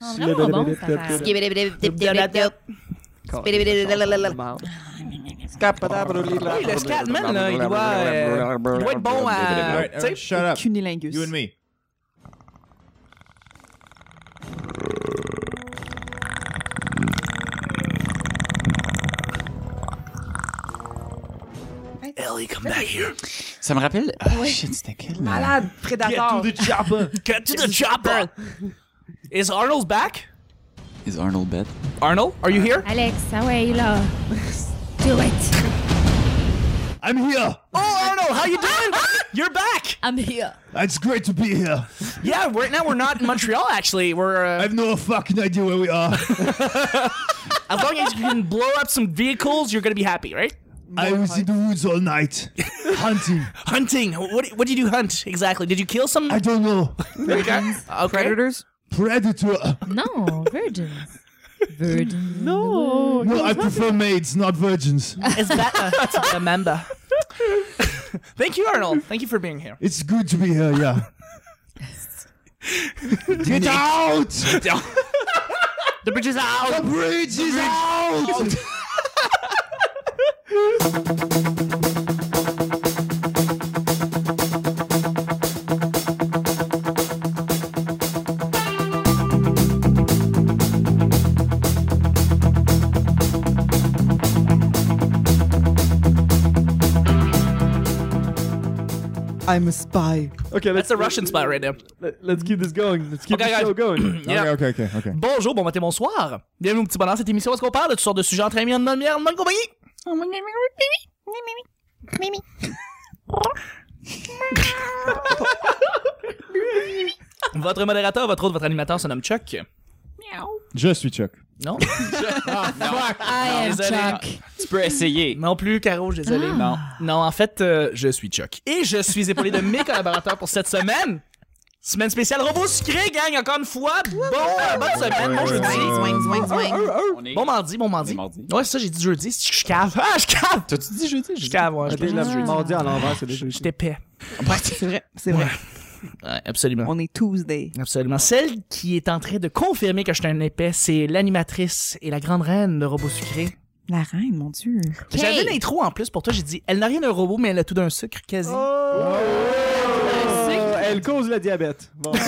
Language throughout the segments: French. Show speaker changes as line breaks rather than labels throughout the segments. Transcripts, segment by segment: Ah, vraiment bon, cette affaire.
Ah Oui, le Scatman, là, il doit, euh, il doit être bon
euh,
à.
Alright, alright,
tu sais,
shut up.
Cunilingus.
You and me.
Ça me rappelle. Ah, shit, c'était quel.
Malade,
Oh.
prédateur.
chopper.
Get to the chopper. Is Arnold back?
Is Arnold bad?
Arnold, are you here?
Alex, ah ouais, il est là. Do it.
I'm here.
Oh, Arnold, how you doing? You're back.
I'm here.
It's great to be here.
Yeah, right now we're not in Montreal. Actually, we're uh,
have no fucking idea where we are.
as long as you can blow up some vehicles, you're gonna be happy, right?
I was in the woods all night hunting.
Hunting. What what did you hunt exactly? Did you kill some?
don't know.
okay.
Predators?
Predator.
Non, virgins. Virgins.
No.
Oh,
No, I prefer maids, not virgins.
Is that a, it's uh, a member? Thank you, Arnold. Thank you for being here.
It's good to be here, yeah. Get out!
The bridge is out.
Bridge is out!
I'm a spy.
Okay, let's
That's a Russian spy right now.
let- let's keep this going. Let's keep
Okay,
this
guys.
show going.
Yeah.
Okay, okay, okay, okay.
Bonjour, bon matin, bonsoir. Bienvenue au petit bonheur, cette émission où est-ce qu'on parle de toutes sortes de sujets entre amis, en bonne bière, en bonne compagnie. Votre modérateur, votre autre, votre animateur se nomme Chuck.
Je suis Chuck.
Non?
I am
Désolé.
Chuck.
Tu peux essayer.
Non plus, Caro, je suis désolé. Non. Non, en fait, euh, je suis Chuck. Et je suis épaulé de mes collaborateurs pour cette semaine. Semaine spéciale Robot Sucré, gang, encore une fois. Bon, euh, bonne semaine, bon jeudi.
Zwing, zwing, zwing.
On est.
Bon mardi, bon mardi.
C'est mardi.
Ouais, c'est ça, j'ai dit jeudi. c'est que Je cave. Ah, je cave!
T'as-tu dit jeudi?
Je cave, ouais. je
Appelez
pense.
la mardi à l'envers, c'est déjà
J'étais épais.
oh. C'est vrai, c'est vrai.
Ouais, absolument.
On est Tuesday.
Absolument. Celle qui est en train de confirmer que je suis un épais, c'est l'animatrice et la grande reine de Robot Sucré.
La reine, mon Dieu.
Kay.
J'avais l'intro en plus pour toi, j'ai dit, elle n'a rien d'un robot, mais elle a tout d'un sucre quasi.
Oh.
Euh, Elle cause le diabète. Bon.
Si-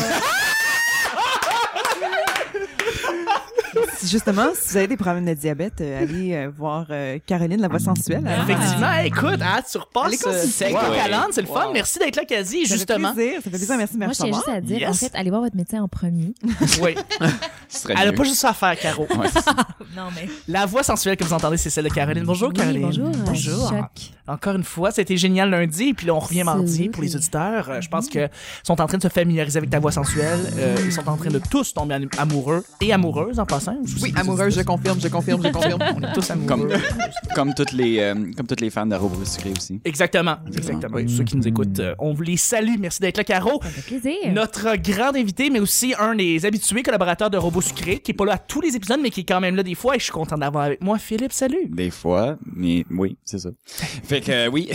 Justement, si vous avez des problèmes de diabète, euh, allez euh, voir euh, Caroline, la voix sensuelle.
Ah.
Elle-
Ah. Effectivement, écoute, hein, tu repasses
Elle est
euh,
consistante.
sec au
Ouais.
calande, c'est le fun.
Wow.
Merci d'être là, quasi,
Ça fait
justement.
plaisir, ça fait plaisir, merci,
Moi, je
merci.
tiens juste à dire,
Yes.
en fait, allez voir votre médecin en premier.
Oui.
Ce serait
Elle a
mieux.
pas juste ça à faire, Caro.
Ouais.
Non, mais.
La voix sensuelle que vous entendez, c'est celle de Caroline. Bonjour,
Oui,
Caroline.
Bonjour. euh, Chuck.
Encore une fois, c'était génial lundi, et puis là, on revient mardi pour les auditeurs. Euh, Je pense que sont en train de se familiariser avec ta voix sensuelle. Euh, ils sont en train de tous tomber am- amoureux et amoureuses en passant. Je sais
Oui,
pas si
amoureuse, je
c'est-
confirme, je confirme, je confirme.
On est tous amoureux.
Comme, comme, toutes les, euh, comme toutes les fans de Robot Sucré aussi.
Exactement, exactement. Oui, Ceux qui nous écoutent, euh, on vous les salue. Merci d'être là, Caro.
Ça fait plaisir.
Notre grand invité, mais aussi un des habitués collaborateurs de Robots Sucré, qui est pas là à tous les épisodes, mais qui est quand même là des fois. Et je suis content d'avoir avec moi Philippe. Salut.
Des fois, mais oui, c'est ça. Fait que euh, oui.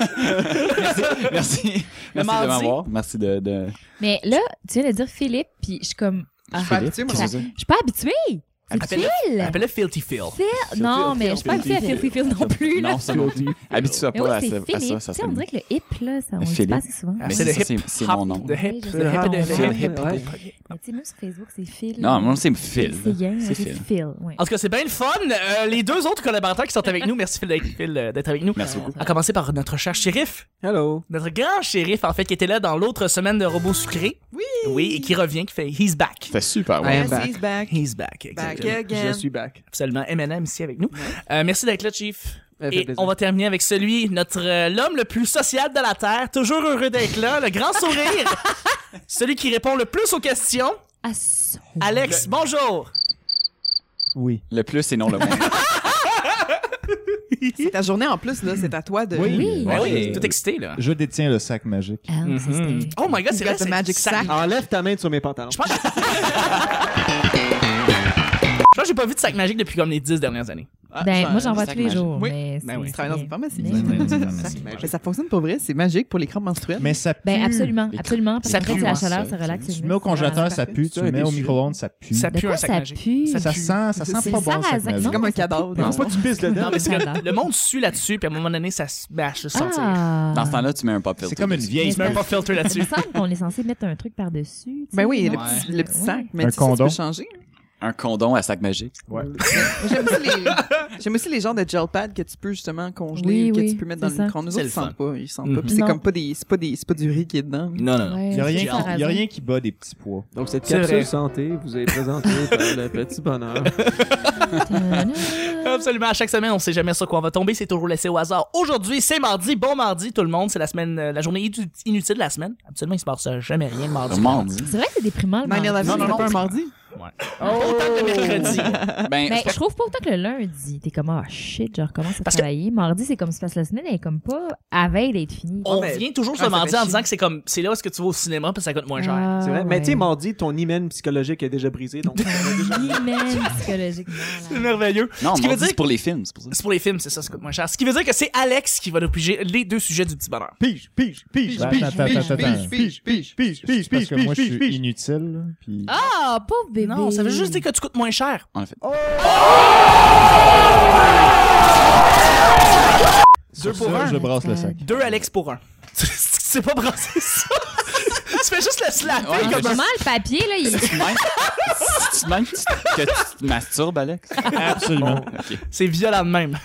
merci, merci,
Le
merci de
mardi.
m'avoir. Merci de. de...
Mais là, tu viens de dire Philippe, puis je suis comme. Ah,
Philippe,
habitué, moi,
qu'est-ce que
non.
c'est?
je suis pas habituée. C'est
Appelle-le.
Phil.
Appelle-le Filthy Phil.
Phil. Non, mais je suis pas habituée à Filthy Phil non plus. là.
Non, c'est bon. Habitue-toi
Mais
pas
oui,
à,
c'est
ça- à
Philippe.
ça.
Tu
ça
sais, on
sonne.
dirait que le hip, là, ça, on le dit
Philippe.
pas assez souvent.
Ah,
Mais
c'est le
ça,
hip
c'est- c'est
hop,
mon nom.
The hip,
Oui, je
le
sais.
hip,
Ah,
le
ouais.
hip.
Ouais.
Mais tu sais, même sur Facebook, c'est Phil.
Non, mon nom, c'est
c'est
Phil.
Phil.
C'est
C'est
Phil.
Phil. ouais.
En tout cas, c'est bien le fun. Euh, les deux autres collaborateurs qui sont avec nous, merci Phil d'être- Phil, euh, d'être avec nous.
Merci beaucoup.
À commencer par notre cher shérif,
Hello.
notre grand shérif en fait qui était là dans l'autre semaine de Robots Sucrés.
Oui.
Oui, et qui revient, qui fait He's Back.
C'était super. Ouais.
Ouais.
Yes, he's back.
He's Back.
Back
Exactement.
again.
Je suis back.
Absolument. M&M ici avec nous. Euh, merci d'être là, Chief.
Ça fait
Et
plaisir.
on va terminer avec celui, notre euh, l'homme le plus social de la Terre, toujours heureux d'être là, le grand sourire, celui qui répond le plus aux questions.
Ah, son-
Alex, bonjour.
Oui.
Le plus et non le moins.
C'est ta journée en plus, là, c'est à toi de...
Oui.
Oui.
Ben
oui.
tout excité là.
Je détiens le sac magique.
Ah, oui, ça, c'était-
Mhm.
Oh my god, c'est
got
vrai,
the
c'est
magic
ça-
sack.
Enlève ta main de sur mes pantalons.
Je pense que- Je pense que j'ai pas vu de sac magique depuis comme les 10 dernières années.
Ben, moi, j'en vois
sac
tous les
magique.
jours.
Oui.
Mais
Ben oui.
c'est-
Je travaille dans une pharmacie.
Mais-
Dans une pharmacie.
Ben,
Mais ça fonctionne pour vrai, c'est magique pour les crampes menstruelles.
Mais ça pue.
Ben, absolument,
Les cr-
absolument. Parce
Ça
qu'après,
pue,
c'est la
hein,
chaleur,
ça.
ça relaxe.
Tu le mets au congélateur, ça pue. Tu
Ça,
le mets
des
au
cheveux.
micro-ondes, ça pue.
Ça
De
pue un
quoi
sac
ça
magique.
pue?
Ça sent, ça sent
C'est
pas bon,
ça,
cette
ça-
magie.
C'est comme un cadavre.
Non, faut pas que tu pisses dedans.
Non, mais c'est que le monde suit là-dessus, puis à un moment donné, ça se bâche sortir.
Ah.
Dans ce temps-là, tu mets un pop filter.
C'est comme une
dessus.
vieille.
Il se met un pop filter
Il
là-dessus.
me semble qu'on est censé mettre un truc par-dessus. tu
Ben
sais,
oui,
non?
le petit, le petit
Ouais.
sac. Mais
Un
tu sais, ça, tu
condom.
peux changer.
Un condom à sac magique.
Ouais.
J'aime aussi, les- j'aime aussi les genres de gel pads que tu peux justement congeler
Oui,
ou que
oui,
tu peux mettre dans
c'est
le
ça.
micro-ondes. Nous
C'est
autres, ils
le
sentent pas. Ils sentent
Mhm.
pas. Puis c'est
Non.
comme pas des, c'est pas des, c'est pas du riz qui est dedans.
Non, non, non.
Ouais,
Il n'y a, rien qui- y a
t'as raison.
rien qui bat des petits pois.
Donc, cette
C'est vrai. Ah,
capsule santé vous est présentée par le petit bonheur.
Absolument, à chaque semaine, on sait jamais sur quoi on va tomber, c'est toujours laissé au hasard. Aujourd'hui, c'est mardi, bon mardi tout le monde, c'est la semaine, euh, la journée inu- inutile de la semaine. Absolument, il se passe euh, jamais rien le mardi.
Mardi.
C'est vrai que c'est déprimant le mardi.
9-11,
non,
c'est
non,
pas un
c'est-
mardi.
Autant que le mercredi.
Ben,
Ben,
c'est pas-
je trouve pas autant que le lundi, t'es comme, ah shit, je recommence à
Parce que-
travailler. Mardi, c'est comme se passe la semaine, elle est comme pas à veille d'être finie.
On
mais-
vient toujours
Ah,
se
ça
mardi
fait
en
chier.
disant que c'est comme, c'est là où est-ce que tu vas au cinéma, parce que ça coûte moins
Ah.
cher.
C'est vrai. Mais tu sais, mardi, ton hymen psychologique est déjà brisé. Donc, on a déjà-
L'hymen psychologiquement.
C'est
là.
merveilleux. Ce
non,
qui veut
mardi,
dire
c'est pour les films, c'est pour ça.
C'est pour les films, c'est ça, ça coûte moins cher. Ce qui veut dire que c'est Alex qui va nous piger les deux sujets du petit bonheur.
Pige, pige, pige,
Attends,
pige,
attends,
pige, pige,
attends,
Ben,
attends.
pige, pige, pige, pige,
Parce
pige,
que moi, je
pige,
suis
pige.
inutile. là, Puis...
Ah, pauvre bébé. Ah,
Non, ça veut juste dire que tu coûtes moins cher.
En effet.
Sur
pour
ça,
un.
je brasse le sac.
Deux Alex pour un. c'est pas brasser ça. tu fais juste le slapper
Ouais,
comme
c'est
un
Comment le papier, là, il.
Tu même, tu te mêmes que tu te masturbes, Alex?
Absolument. Euh,
C'est violent de même.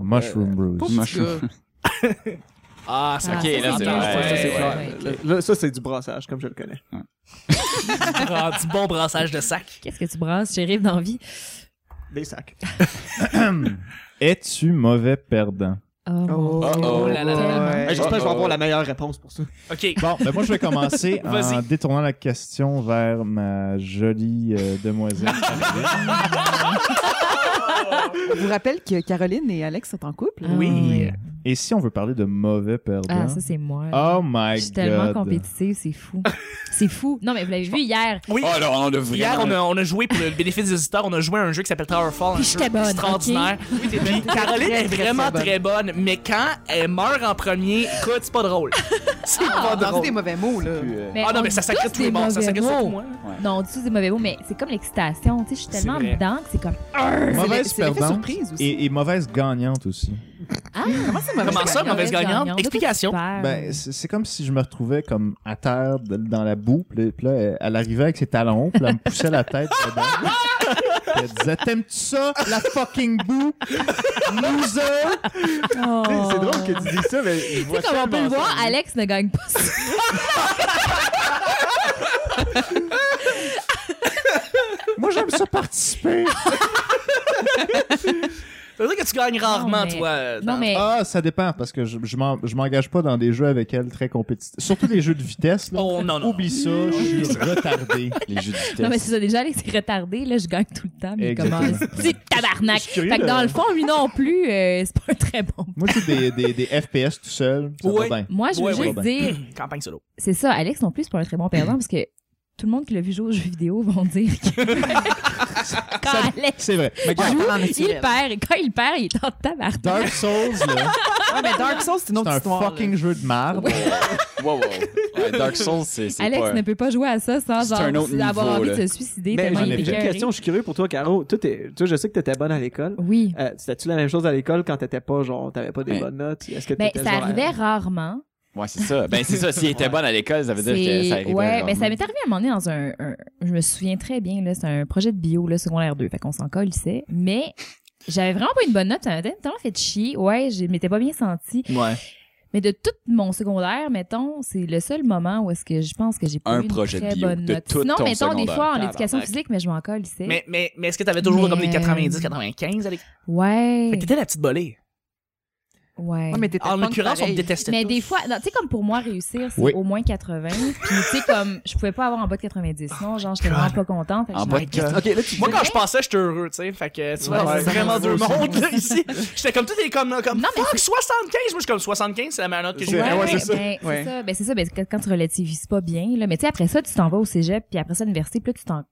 Mushroom Bruce.
Pauvre petit gars.
Ah,
Ah,
ok, là,
ça,
c'est-
clair, ça,
ouais, ouais,
clair.
Ouais, là, Là, ça, c'est du brassage, comme je le connais.
Ah, du bon brassage de sac.
Qu'est-ce que tu brasses, shérif, dans la vie?
Des sacs.
Es-tu mauvais perdant?
Oh,
oh
là là là là.
Ouais, J'espère que je vais avoir la meilleure réponse pour ça.
OK.
Bon, ben moi, je vais commencer en
Vas-y.
détournant la question vers ma jolie euh, demoiselle.
Je vous rappelle que Caroline et Alex sont en couple.
Ah, ouais.
Et si on veut parler de mauvais perdant?
Ah, ça, c'est moi. là.
oh my
Je suis tellement
god.
compétitive, c'est fou. C'est fou. Non, mais vous l'avez vu hier.
Oui.
Oh là, on a
Hier,
vraiment...
on a, on a joué, pour le bénéfice des auditeurs, on a joué à un jeu qui s'appelle Tower Fall, un
Puis
jeu
j'étais bonne,
extraordinaire. Puis Caroline est vraiment
très
très bonne, mais quand elle meurt en premier, écoute, c'est pas drôle. C'est
Ah,
pas
C'est des
Ah, drôle.
mauvais mots, là.
Puis, euh,
Ah non,
on
mais ça
dit
sacrait
tous
tout le
des
monde, ça
mauvais
sacrait surtout
mots.
moi.
Non, on dit tous des mauvais mots, mais c'est comme l'excitation. Tu sais, je suis
C'est
tellement
vrai.
dedans que c'est comme.
Mauvaise
C'est l'effet
perdante
surprise aussi.
et, et mauvaise gagnante aussi.
Ah,
Comment c'est mauvais?
Comment ça,
gagnante,
mauvaise gagnante?
De quoi
Explication.
tu parles?
Ben, c'est c'est comme si je me retrouvais comme à terre de- dans la boue, puis là- puis là, elle- elle arrivait avec ses talons, puis elle me poussait la tête dedans. Puis Elle disait T'aimes-tu ça, la fucking boue Loser
Oh.
Tu sais, C'est drôle que tu dis ça, mais je
Tu sais,
vois
comme on peut le
tellement
voir,
ça.
Alex ne gagne pas ça.
Moi, j'aime ça participer.
Ça veut dire que tu gagnes rarement,
mais-
toi. euh,
Non,
dans-
mais.
Ah, ça dépend, parce que je, je m'en- je m'engage pas dans des jeux avec elle très compétitifs. Surtout des jeux de vitesse. Là.
Oh non, non.
Oublie ça, je suis retardé.
Les jeux de vitesse.
Non, mais c'est ça, déjà, Alex est retardé, là, je gagne tout le temps, mais
Exactement.
comment. C'est tabarnak!
Je suis curieux
Fait que
de-
dans le fond, lui non plus, euh, c'est pas un très bon.
Moi, c'est des, des, des FPS tout seul. Ça
Ouais.
va bien.
Moi, je veux
Ouais,
juste
ouais.
dire,
Campagne solo.
c'est ça, Alex non plus, c'est pas un très bon perdant, parce que tout le monde qui l'a vu jouer aux jeux vidéo vont dire que quand Alex
C'est vrai. Mais regarde,
joue,
talent
il
naturel.
perd, et quand il perd, il est en tabarnak.
Dark Souls, là,
Ah, mais Dark Souls, c'est une
c'est
autre
un
histoire. là.
fucking jeu de merde.
Wow, wow. Ouais, Dark Souls, c'est c'est
Alex
pas...
ne peut pas jouer à ça sans
C'est
genre,
un autre
avoir
niveau,
envie
là.
de se suicider
Mais
tellement
j'en
il
ai
est
Ben, une
écoeuré.
question, je suis curieux pour toi, Caro. Toi, t'es- toi, je sais que t'étais bonne à l'école.
Oui.
Euh, C'était-tu la même chose à l'école quand t'étais pas, genre, t'avais pas des
Ouais.
bonnes notes? Est-ce que
Ben,
t'étais
ça
genre,
arrivait
euh,
rarement.
Ouais, c'est ça. Ben, c'est ça. S'il était bonne à l'école, ça veut dire que ça
C'est-
arrivait.
Ouais,
genre.
ben ça m'est arrivé à un moment donné dans un, un- je me souviens très bien là, c'est un projet de bio là secondaire 2, fait qu'on s'en colle, sait, mais j'avais vraiment pas une bonne note, ça m'a tellement fait chier. Ouais, je m'étais pas bien sentie,
Ouais.
mais de tout mon secondaire, mettons, c'est le seul moment où est-ce que je pense que j'ai pas
Un
eu une
projet de
très
bio
bonne
de
note.
tout
Sinon,
ton
mettons des
secondaire.
fois en éducation
Tabarnak.
physique, mais je m'en colle, sait.
Mais, mais, mais est-ce que t'avais toujours
Mais-
comme les 90, 95 Alex? Fait
Ouais.
que t'étais la petite bolée.
Ouais.
Ouais, mais t'étais
En
punk
l'occurrence, on me
pareil.
détestait
Mais
tous.
des fois, non, tu sais, comme pour moi, réussir, c'est
Oui.
au moins 80. Puis, tu sais, comme, je pouvais pas avoir en bas de 90. Sinon, genre, j'étais vraiment pas contente. Fait que
En
je
bas
m'en-
de quatre.
Ok, là, tu
Moi, quand je passais, j'étais heureux, tu sais. Fait que, tu vois,
Ouais,
c'est
c'est
vraiment
ça.
deux mondes, là, ici. J'étais comme, tout est comme, comme,
Non, mais
fuck, 75! Moi, je suis comme, 75, c'est la meilleure note que j'ai.
Ouais,
eue.
ben, c'est
Ouais.
ça. Ben, c'est ça. Ben, c'est que quand tu relativises pas bien, là. Mais tu sais, après ça, tu t'en vas au cégep, puis après ça, à l'université, puis là, tu t'en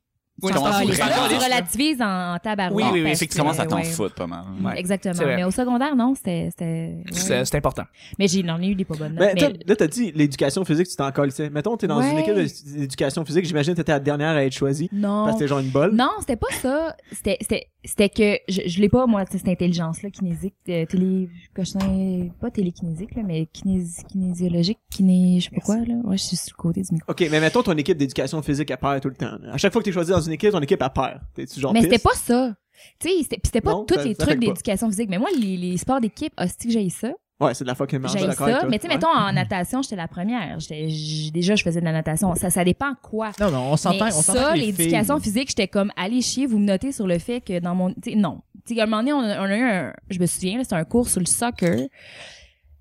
Oui,
Tu
tu commences
relativises
vraiment-
tu relativises en tabarouette.
Oui, oui, oui,
parce
effectivement,
Tu commences à
que,
t'en
ouais.
foutre pas mal.
Ouais.
Exactement.
C'est vrai.
Mais au secondaire, non, c'était. c'était- ouais.
C'est c'est important.
Mais j'ai j'en ai eu des pas bonnes notes.
Mais,
Mais,
t'as- Ben, là, t'as dit l'éducation physique, tu t'en colles. Mettons, t'es dans une
Ouais.
équipe de- d'éducation physique, j'imagine que t'étais la dernière à être choisie
non.
parce que t'es genre une bolle.
Non, c'était pas ça. C'était, c'était, c'était que je, je l'ai pas moi, tu sais, cette intelligence là, kinésique, euh, télé, cochin, pas télékinésique là, mais kinési- kinésiologique, kiné, je sais pas quoi là. Ouais, je suis sur le côté du micro.
Ok, mais mettons ton équipe d'éducation physique, elle perd tout le temps. là. À chaque fois que t'es choisi dans une équipe, ton équipe, elle perd. T'es-tu genre
Mais c'était
pisse?
pas ça. Tu sais, c'était, pis c'était pas
Non,
tous
ça-
les
ça fait
trucs
que pas.
d'éducation physique. Mais moi, les, les sports d'équipe, hostie que j'ai ça.
Ouais, c'est de la fucking merde. je suis
J'ai
d'accord avec
ça.
toi.
Mais tu sais,
Ouais.
mettons, en natation, j'étais la première. J'étais, j- déjà, je faisais de la natation. Ça, ça dépend quoi.
Non, non, on
Mais
s'entend. on s'entend
ça,
que les
l'éducation
filles-
physique, j'étais comme, allez chier, vous me notez sur le fait que dans mon. tu sais, non. Tu sais, à un moment donné, on a, on a eu un. Je me souviens, là, c'était un cours sur le soccer.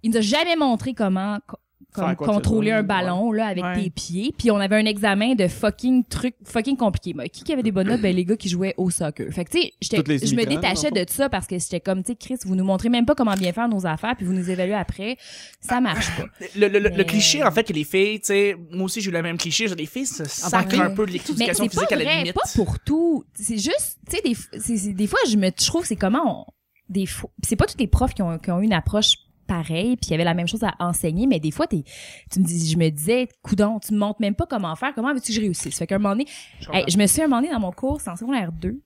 Il nous a jamais montré comment. co-
Faire
comme
quoi que ce
contrôler
soit.
un ballon là avec
Ouais.
tes pieds puis on avait un examen de fucking truc fucking compliqué mais qui qui avait des bonnes notes ben les gars qui jouaient au soccer fait que tu sais
Toutes les
j'étais- je me
immigrants,
détachais
dans le
de ça parce que j'étais comme tu sais Chris vous nous montrez même pas comment bien faire nos affaires puis vous nous évaluez après ça marche pas
Le, le, le- le
Mais-
cliché, en fait, que les filles, tu sais, moi aussi j'ai eu le même cliché, les filles se sacrent
Ah, ben oui.
un peu de
Mais
l'éducation
c'est pas
physique à la
vrai,
limite.
pas pour tout. C'est juste, tu sais, des, f- c'est- c'est- des fois, je me je trouve, que c'est comment on, des fois, pis c'est pas tous les profs qui ont, qui ont eu une approche pareille, puis il y avait la même chose à enseigner, mais des fois, t'es, tu me dis, je me disais, coudon, tu me montres même pas comment faire, comment veux-tu que je réussisse? Fait qu'à un moment donné, hey, je me suis un moment donné dans mon cours, c'est en secondaire 2,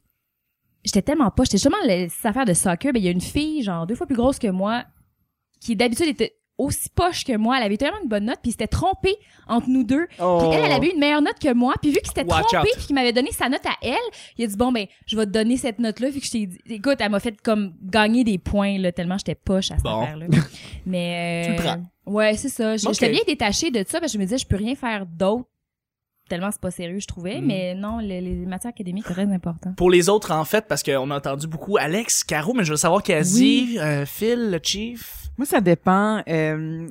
j'étais tellement pas, j'étais justement le- cette affaire de soccer, ben il y a une fille, genre, deux fois plus grosse que moi, qui d'habitude était aussi poche que moi, elle avait tellement une bonne note, puis s'était trompée entre nous deux, puis elle, elle avait eu une meilleure note que moi. Puis vu qu'il s'était
Oh. Watch
trompé,
out.
puis qu'il m'avait donné sa note à elle, il a dit bon ben, je vais te donner cette note-là. Vu que je t'ai dit, écoute, elle m'a fait comme gagner des points là tellement j'étais poche à cette
Bon.
affaire-là. Mais euh,
Tu le prends.
Ouais, c'est ça. J-
Ok.
J'étais bien détachée de ça, parce que je me disais je peux rien faire d'autre. Tellement c'est pas sérieux, je trouvais.
Mm.
Mais non, les, les matières académiques c'est très important.
Pour les autres, en fait, parce qu'on a entendu beaucoup Alex, Caro, mais je veux savoir Kazi, euh, Phil, le Chief.
Moi, ça dépend. euh, euh,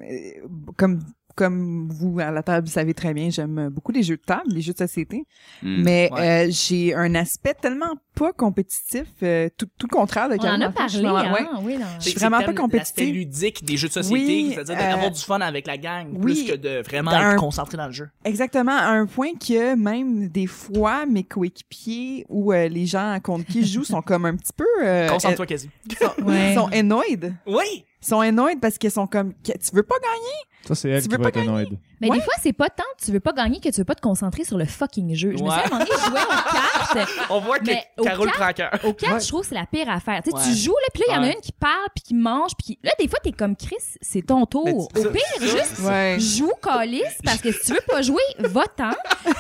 comme comme vous à la table, vous savez très bien, j'aime beaucoup les jeux de table, les jeux de société.
Mm.
Mm.
Hmm.
mais
ouais.
euh, j'ai un aspect tellement pas compétitif, euh, tout, tout le contraire de
On en
Caroline.
a
Je suis
parlé,
vraiment-
hein?
ouais.
Oui, dans-
Je suis
C'est-
vraiment
c'est
pas
comme
compétitive.
L'aspect ludique des jeux de société,
Oui,
c'est-à-dire
euh,
d'avoir du fun avec la gang,
oui,
plus que de vraiment
dans
être
un-
concentré dans le jeu.
Exactement, à un point que même des fois, mes coéquipiers ou euh, les gens contre qui je joue sont comme un petit peu... euh,
Concentre-toi, Kazi.
euh,
Ouais.
Ils sont annoyed.
Oui!
Ils sont annoyed parce qu'ils sont comme, Que- tu veux pas gagner?
Ça, c'est elle
Tu
qui
veux
va être
pas
annoyed.
Mais
Ouais.
des fois, c'est pas tant que tu veux pas gagner que tu veux pas te concentrer sur le fucking jeu. Je me
Ouais.
souviens, à un moment donné, je jouais aux cartes.
On voit que
Mais au
Carole
quatre-
prend cœur.
Au catch, je trouve que c'est la pire affaire. Tu sais,
Ouais.
tu joues, là, puis là, il y en a
Ouais.
une qui parle, puis qui mange, puis qui... Là, des fois, t'es comme Chris, c'est ton tour.
Mais
Au
ça-
pire, juste
Ouais.
joue calice, parce que si tu veux pas jouer, va-t'en,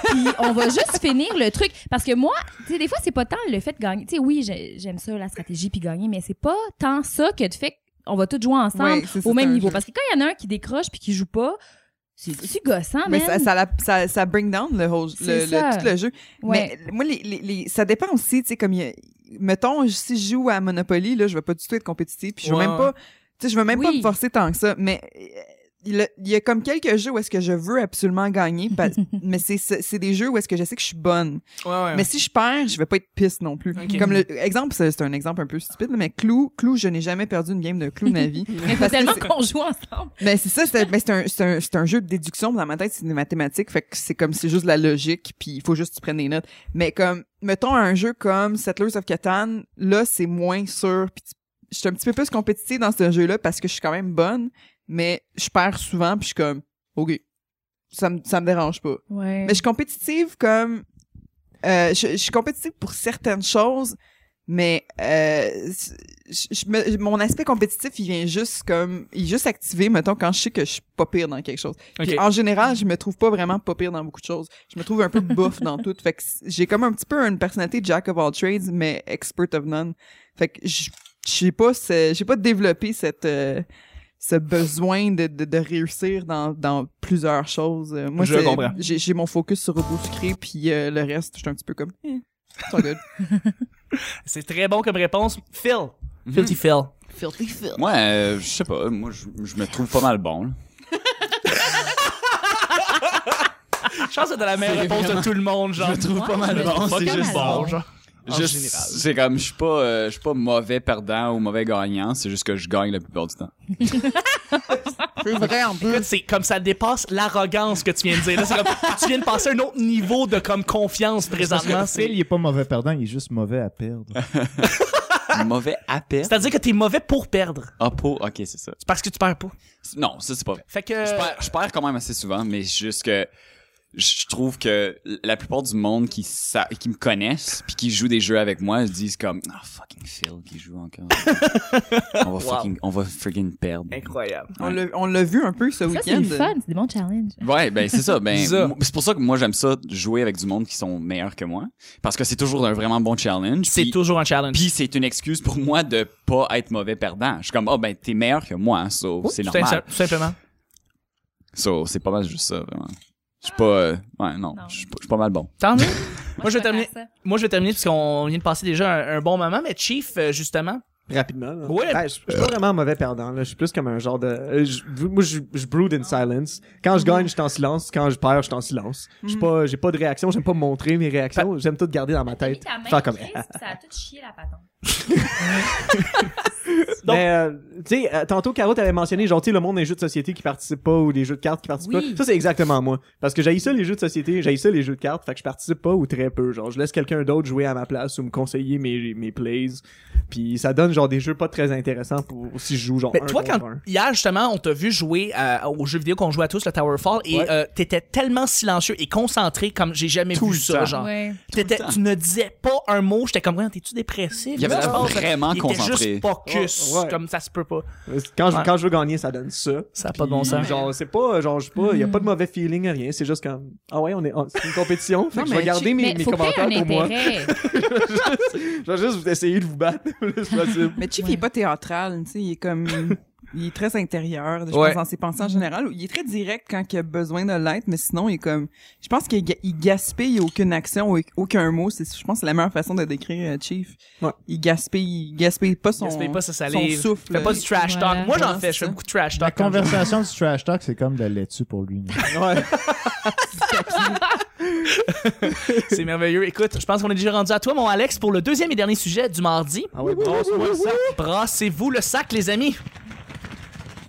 puis on va juste finir le truc. Parce que moi, tu sais, des fois, c'est pas tant le fait de gagner. Tu sais, oui, j'ai- j'aime ça, la stratégie, puis gagner, mais c'est pas tant ça que de fait qu'on va tous jouer ensemble
Ouais, c'est ça,
au
c'est
même
un
niveau.
jeu.
Parce que quand il y en a un qui décroche puis qui joue pas, c'est c'est gossant,
Mais
Ah,
ça,
man.
ça, la- ça, ça bring down le, whole- le,
C'est
le-
ça.
tout le jeu.
Ouais.
Mais moi, les, les, les- ça dépend aussi, tu sais, comme, il y a- mettons, si je joue à Monopoly, là, je vais pas du tout être compétitive, puis je veux
Ouais.
même pas, tu sais, je veux même pas
Oui.
me forcer tant que ça, mais euh, il a- il y a comme quelques jeux où est-ce que je veux absolument gagner, pa- mais c'est- c'est c'est des jeux où est-ce que je sais que je suis bonne.
Ouais, ouais.
Mais si je perds, je vais pas être pisse non plus.
Ok.
Comme le exemple, c'est c'est un exemple un peu stupide, mais Clou, Clou, je n'ai jamais perdu une game de Clou de ma vie.
Mais faut
Parce que
tellement
c'est-
qu'on joue ensemble.
mais Ben, c'est ça, c'est mais c'est un, c'est un, c'est un jeu de déduction. Dans ma tête, c'est des mathématiques. Fait que c'est comme, c'est juste de la logique, puis il faut juste que tu prennes des notes. Mais comme, mettons un jeu comme Settlers of Catan, là, c'est moins sûr. Puis tu- je suis un petit peu plus compétitive dans ce jeu-là parce que je suis quand même bonne, mais je perds souvent, puis je suis comme, OK, ça me, ça me dérange pas.
Ouais.
Mais je suis compétitive comme... euh, je, je suis compétitive pour certaines choses, mais euh, je- je me- mon aspect compétitif, il vient juste comme... Il est juste activé, mettons, quand je sais que je suis pas pire dans quelque chose. Puis
Ok.
en général, je me trouve pas vraiment pas pire dans beaucoup de choses. Je me trouve un peu bof dans tout. Fait que c- j'ai comme un petit peu une personnalité jack of all trades, mais expert of none. Fait que je j'ai pas ce- j'ai pas développé cette euh, ce besoin de, de, de réussir dans, dans plusieurs choses. Euh, Moi,
Je
c'est-
comprends.
J'ai j'ai mon focus sur robot sucré, puis euh, le reste, je suis un petit peu comme. eh, it's all good.
C'est très bon comme réponse. Phil. Filthy Phil. Filthy Phil.
Moi, euh, je sais pas. Moi, je je me trouve pas mal bon. là.
Je pense que t'as la meilleure
C'est
réponse de
vraiment-
tout le monde, genre.
Je me trouve pas mal
Ouais,
bon,
je me
c'est
trouve pas mal
juste bon,
bon.
genre.
En
Juste-
général.
C'est comme, je suis pas, euh, je suis pas mauvais perdant ou mauvais gagnant, c'est juste que je gagne la plupart du temps.
C'est vrai, en plus.
Écoute, c'est comme ça dépasse l'arrogance que tu viens de dire. Là, c'est comme, tu viens de passer à un autre niveau de comme confiance présentement.
Phil,
C'est-
il est pas mauvais perdant, il est juste mauvais à perdre.
Mauvais appel.
C'est-à-dire que t'es mauvais pour perdre.
Ah, pour- ok, c'est ça.
C'est parce que tu perds pas.
C'est- Non, ça, c'est pas vrai.
Fait que.
Je perds, je perds quand même assez souvent, mais c'est juste que je trouve que la plupart du monde qui sa- qui me connaissent puis qui jouent des jeux avec moi ils disent comme ah fucking Phil qui joue encore on va fucking on va freaking perdre
Incroyable.
On l'a- On l'a vu un peu ce
Ça, c'est
week-end.
le fun. C'est des bons challenges.
ouais ben c'est ça ben
C'est ça.
moi- c'est pour ça que moi j'aime ça jouer avec du monde qui sont meilleurs que moi parce que c'est toujours un vraiment bon challenge
C'est
puis-
toujours un challenge.
puis c'est une excuse pour moi de pas être mauvais perdant je suis comme oh ben t'es meilleur que moi hein, so c'est
Tout sim-
normal
Tout simplement.
so c'est pas mal juste ça vraiment je suis pas euh, ouais non,
Non.
je suis pas- je suis pas mal bon
Tant mieux.
Moi,
je vais
préfère
terminer-
ça.
Moi, je vais terminer parce qu'on vient de passer déjà un, un bon moment, mais Chief, euh, justement.
Rapidement. là.
Ouais.
Ben, je je suis pas vraiment un mauvais perdant. Là. Je suis plus comme un genre de. euh, je- moi, je, je brood in silence. Quand je gagne, je suis en silence. Quand je perds, je suis en silence. Je
Mm.
suis pas, j'ai pas de réaction. J'aime pas montrer mes réactions. J'aime tout garder dans ma
T'as mis
tête.
ta main,
Faire comme.
Chris, ça a tout chié la patente.
Mais euh, tu sais, euh, tantôt Caro t'avais mentionné genre tu sais le monde des jeux de société qui participent pas ou des jeux de cartes qui participent
Oui.
pas. Ça c'est exactement moi parce que j'ai ça les jeux de société, j'ai ça les jeux de cartes, fait que je participe pas ou très peu. Genre je laisse quelqu'un d'autre jouer à ma place ou me conseiller mes mes plays. Puis ça donne genre des jeux pas très intéressants pour si je joue genre
Mais
un
toi,
contre
quand
un.
hier, justement, on t'a vu jouer euh, au jeu vidéo qu'on joue à tous, le Towerfall, et
Ouais.
euh, t'étais tellement silencieux et concentré comme j'ai jamais
Tout
vu
le
ça,
temps.
genre.
Ouais.
T'étais- tu ne disais pas un mot, j'étais comme, Ouais, t'es-tu dépressif?
Il avait
Qu'est-ce qui
l'air
se passe?
vraiment
Il était
concentré.
juste focus,
Ouais, ouais.
comme ça se peut pas.
Quand je
Ouais.
quand je veux gagner, ça donne ça.
Ça a pas de bon
Puis,
sens.
Genre c'est pas euh, genre je sais pas, y a pas de mauvais feeling rien, c'est juste comme ah ouais, on est en- c'est une compétition, fait
Non,
que je vais
mais
garder mes,
Mais
mes
faut que t'aies
commentaires
un
pour moi.
intérêt.
Je vais juste essayer de vous battre le plus possible.
Mais Chief, il est pas théâtral, tu sais, il est comme... il est très intérieur, je
Ouais.
pense, dans ses pensées
Mm-hmm.
en général. Il est très direct quand il a besoin de l'être, mais sinon, il est comme... Je pense qu'il ga- il gaspille aucune action, au- aucun mot. C'est, je pense que c'est la meilleure façon de décrire euh, Chief.
Ouais.
Il gaspille, il gaspille pas son...
Gaspille pas sa
son
salive.
souffle. euh,
Fais pas du trash talk.
Voilà.
Moi, j'en
Voilà,
fais, je
c'est
fais
ça.
beaucoup de trash
La
talk. quand je-
conversation du trash talk, c'est comme de la laitue pour lui.
Ouais.
C'est merveilleux. Écoute, je pense qu'on est déjà rendu à toi, mon Alex, pour le deuxième et dernier sujet du mardi.
Ah ouais, brasse-moi le sac.
Brassez-vous le sac, les amis.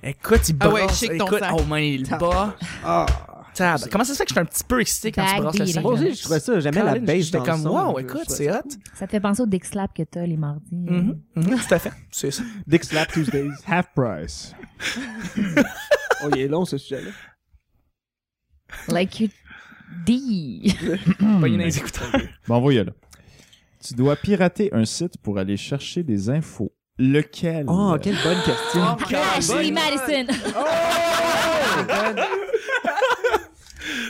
Écoute, il
Ah
brasse.
ouais, shake ton
Écoute,
sac.
oh man, il bat.
Ah.
Tab. Comment ça se fait que je suis un petit peu excité quand tu
Bag
brasses le sac?
beating.
Moi aussi, je trouvais ça, j'aimais la
Colin,
beige
J'étais
dans
comme,
le son.
wow,
Je- je
écoute,
trouvais
c'est
ça.
hot.
Ça te fait penser au Dixlap que t'as les mardis. euh,
Mhm, mhm, tout à fait. C'est ça.
Dick Slap Tuesdays.
Half price.
Oh, il est long, ce sujet-là.
Like you D. Hmm.
Pas une des écouteurs.
Bon, voyons là. Tu dois pirater un site pour aller chercher des infos. Lequel?
Ah,
Ah, bonne question.
Ashley Madison.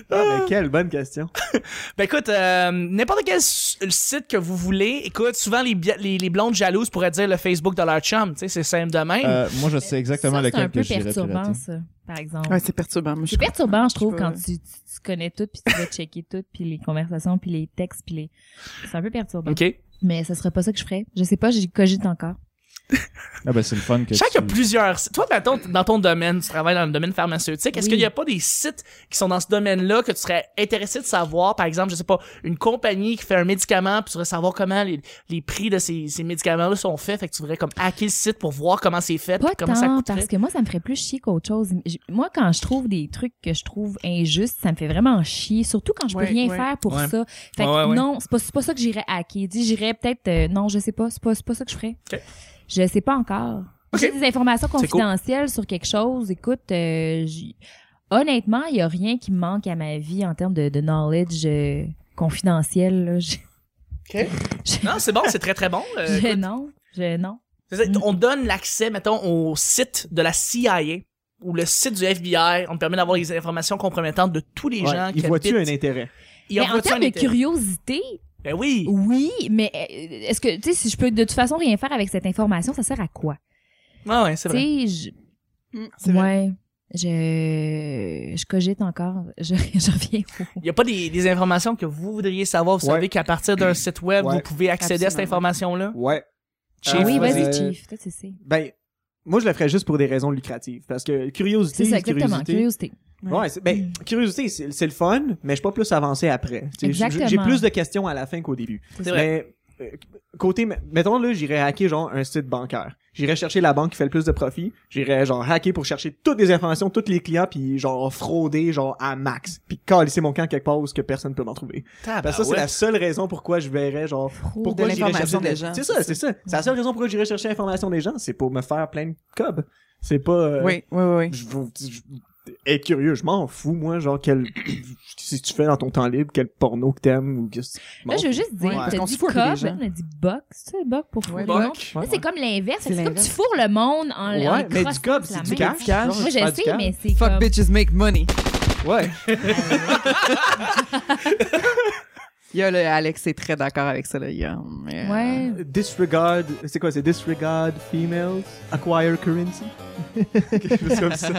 Ah, mais quelle bonne question.
Ben écoute, euh, n'importe quel s- site que vous voulez, écoute, souvent les, bia- les, les blondes jalouses pourraient dire le Facebook de leur chum, tu sais, c'est simple de même.
Euh, moi, je sais exactement
Ça, C'est un
lequel
peu
que j'irais pirater.
perturbant, ça, par exemple.
Ouais, c'est perturbant. Moi, je
C'est perturbant, je trouve,
je
quand
peux-
tu, tu, tu connais tout, puis tu vas checker tout, puis les conversations, puis les textes, puis les... C'est un peu perturbant.
OK.
Mais ça serait pas ça que je ferais. Je sais pas, j'y cogite encore.
Ah ben, c'est le fun
Je
que
sais qu'il y a
tu-
plusieurs sites. Toi, dans ton, dans ton domaine, tu travailles dans le domaine pharmaceutique, est-ce
Oui.
qu'il n'y a pas des sites qui sont dans ce domaine-là que tu serais intéressé de savoir? Par exemple, je sais pas, une compagnie qui fait un médicament, puis tu voudrais savoir comment les, les prix de ces, ces médicaments-là sont faits, fait que tu voudrais comme hacker le site pour voir comment c'est fait,
Pas
puis comment ça
tant,
coûterait.
parce que moi, ça me ferait plus chier qu'autre chose. J- Moi, quand je trouve des trucs que je trouve injustes, ça me fait vraiment chier, surtout quand je peux
Ouais,
rien
ouais.
faire pour
Ouais.
ça. Fait que
Ouais, ouais, ouais.
non, c'est pas, c'est pas ça que j'irais hacker. Dis, j'irais peut-être... euh, non, je sais pas, c'est pas, c'est pas ça que je ferais.
Ok.
Je sais pas encore.
Ok.
J'ai des informations
cool.
confidentielles sur quelque chose. Écoute, euh, j'y- honnêtement, il y a rien qui me manque à ma vie en termes de, de knowledge euh, confidentiel. Là. Je-
Non, c'est bon, c'est très très bon. Euh,
je-
écoute,
non, je, non.
c'est ça, on donne l'accès, mettons, au site de la CIA ou le site du FBI. On te permet d'avoir les informations compromettantes de tous les
Ouais,
gens qui
il voit-tu un
habitent.
intérêt?
Il en
Mais en
voit-tu
termes
un
de
intérêt?
curiosité,
Ben oui.
oui, mais euh, est-ce que, tu sais, si je peux de toute façon rien faire avec cette information, ça sert à quoi?
Ah ouais, c'est
Tu
vrai.
sais, je-
trouve- c'est vrai.
ouais, je, je cogite encore, je, je reviens au...
Il n'y a pas des, des informations que vous voudriez savoir. Vous
Ouais.
savez qu'à partir d'un site web,
Ouais.
vous pouvez accéder à cette
Absolument.
information-là.
Ouais.
Ah oui,
Euh,
vas-y,
euh,
Chief, toi, tu sais.
Ben, moi, je le ferais juste pour des raisons lucratives. Parce que curiosité,
C'est ça, exactement,
curiosité.
curiosité.
Ouais, c'est- ben,
Hmm.
curiosité, c'est c'est le fun, mais je suis pas plus avancé après. Tu sais, j'ai- J'ai
Exactement.
plus de questions à la fin qu'au début.
C'est vrai.
Mais euh, côté, me- mettons là, j'irais hacker genre un site bancaire. J'irais chercher la banque qui fait le plus de profit. J'irais genre hacker pour chercher toutes les informations, tous les clients, puis genre frauder genre à max. Puis calisser mon camp quelque part où ce que personne peut m'en trouver. Parce que ça, c'est la seule raison pourquoi je verrais genre pourquoi
de
j'irais chercher
l'information des gens.
C'est ça, c'est ça. C'est la seule raison pourquoi j'irais chercher l'information des gens, c'est pour me faire plein de cobs. C'est pas. euh,
Oui, oui, oui.
je, vous- je- être curieux, je m'en fous, moi, genre, quel, si tu fais dans ton temps libre, quel porno que t'aimes ou qu'est-ce que tu
Là, je veux juste dire,
Ouais, parce
t'as
qu'on
dit
se fout avec les
cob,
gens.
on a dit box, tu sais, box pour fourrer.
Ouais,
le monde.
Buck.
Là, c'est comme l'inverse.
C'est
C'est comme
l'inverse.
tu fourres le monde en
Ouais,
en
mais du
crosse,
cob,
la
c'est
Du
main.
cash, cash.
Moi,
Pas
je
du
sais,
cash.
mais c'est
Fuck
comme...
bitches make money.
Ouais.
Il y a le Alex est très d'accord avec ça là. Il y a, mais, euh,
Ouais.
disregard, c'est quoi, c'est disregard females, acquire currency? Quelque chose comme ça.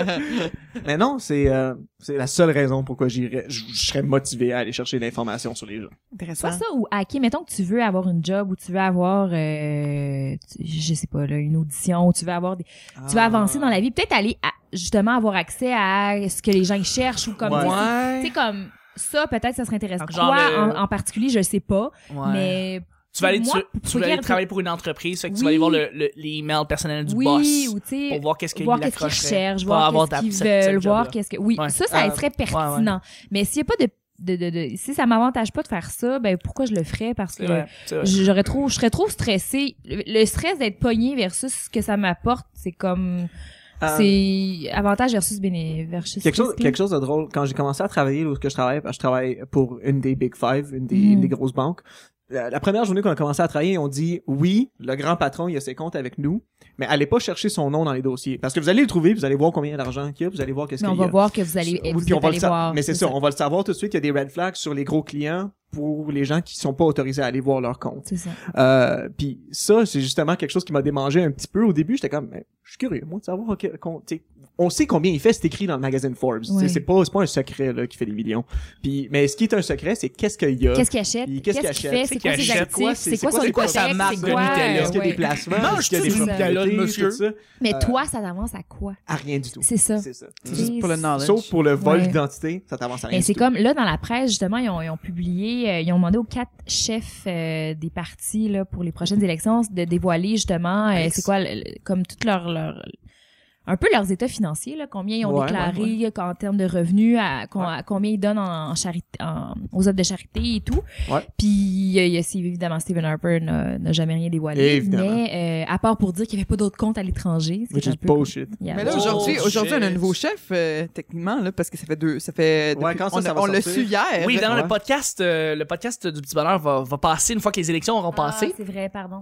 Mais non, c'est, euh, c'est la seule raison pourquoi j'irais, je je serais motivé à aller chercher l'information sur les gens.
euh, intéressant.
Soit
Hein?
ça ou hacker, mettons que tu veux avoir une job ou tu veux avoir, euh, tu- je sais pas, là, une audition ou tu veux avoir des, tu
Ah.
veux avancer dans la vie, peut-être aller à- justement avoir accès à ce que les gens ils cherchent ou comme, tu sais,
ouais.
tu sais, comme ça, peut-être ça serait intéressant.
Genre
Quoi
le-
en, en particulier, je sais pas,
Ouais.
mais
tu vas aller,
moi,
tu, tu
pour
vas aller
regarder-
travailler pour une entreprise, fait que tu
Oui.
vas aller voir le, le, l'email personnel du
oui,
boss
ou tu sais,
pour voir qu'est-ce qu'il
voir qu'est-ce qu'ils
accrocherait.
recherchent,
Pour
voir
avoir ta-
qu'est-ce qu'ils
cette- cette
veulent, voir
job-là.
qu'est-ce que oui,
Ouais.
ça ça
Euh,
serait pertinent. Mais s'il n'y a pas de de, de, de si ça m'avantage pas de faire ça, ben pourquoi je le ferais parce que
C'est vrai, c'est vrai.
j'aurais trop je serais trop stressée. Le, le stress d'être pogné versus ce que ça m'apporte, c'est comme
Euh,
c'est avantage versus béné versus
Quelque chose,
risque, là.
quelque chose de drôle. Quand j'ai commencé à travailler là où que je travaille, parce que je travaille pour une des Big Five, une des,
Mhm.
une des grosses banques. La, la première journée qu'on a commencé à travailler, on dit oui, le grand patron, il a ses comptes avec nous, mais allez pas chercher son nom dans les dossiers, parce que vous allez le trouver, vous allez voir combien d'argent qu'il y a, vous allez voir qu'est-ce
mais
qu'il
on
y a.
va voir que vous allez
euh, Oui,
vous
puis on
êtes
va le
allé
sa-
voir.
Mais c'est ça, on va le savoir tout de suite. Il y a des red flags sur les gros clients pour les gens qui sont pas autorisés à aller voir leurs comptes.
C'est ça.
Euh, puis ça, c'est justement quelque chose qui m'a démangé un petit peu au début. J'étais comme, Mais, je suis curieux, moi, de savoir. que- qu'on- tu sais, on sait combien il fait, c'est écrit dans le magazine Forbes. Tu sais,
Ouais.
C'est pas, c'est pas un secret là, qui fait des millions. Puis, mais ce qui est un secret, c'est qu'est-ce qu'il y a.
Qu'est-ce qu'il achète
Puis
Qu'est-ce
qu'est-ce qu'il
qu'il fait
achète?
C'est quoi
Qu'est-ce
ses
qu'il achète?
actifs C'est quoi
c'est
son
quoi sa
hypothèque?
marque
C'est
de
quoi,
Nutella?
euh,
Est-ce qu'il y a
ouais.
des placements?
Mange-tu
Est-ce qu'il y a des
du
Nutella de
propriétés,
monsieur?
tout ça?
Mais
Euh,
toi, ça t'avance à quoi
À rien du tout.
C'est ça.
C'est ça.
C'est juste pour le knowledge.
Sauf pour le vol
Ouais.
d'identité, ça t'avance à rien.
Mais
du
c'est
tout.
comme là dans la presse justement ils ont, ils ont publié euh, ils ont demandé aux quatre chefs euh, des partis là pour les prochaines élections de dévoiler justement euh, c'est quoi le- le- comme toutes leurs leur, un peu leurs états financiers là combien ils ont
Ouais,
déclaré
ouais,
en termes de revenus à, com-
Ouais.
à combien ils donnent en, en charité en- aux œuvres de charité et tout
Ouais.
puis euh, il y a- c'est- évidemment Stephen Harper n'a n'a jamais rien dévoilé
Évidemment.
mais euh, à part pour dire qu'il n'y avait pas d'autres comptes à l'étranger ce qui
Which
est
is
un peu
bullshit.
Yeah.
Mais là
Oh,
aujourd'hui,
shit.
aujourd'hui on a un nouveau chef euh, techniquement là parce que ça fait deux, ça fait
Ouais, quand ça,
on,
ça
a-
va
on l'a
sortir?
su hier.
Oui, évidemment,
Ouais.
le podcast, euh, le podcast du Petit Bonheur va, va passer une fois que les élections auront
Ah,
passé.
c'est vrai pardon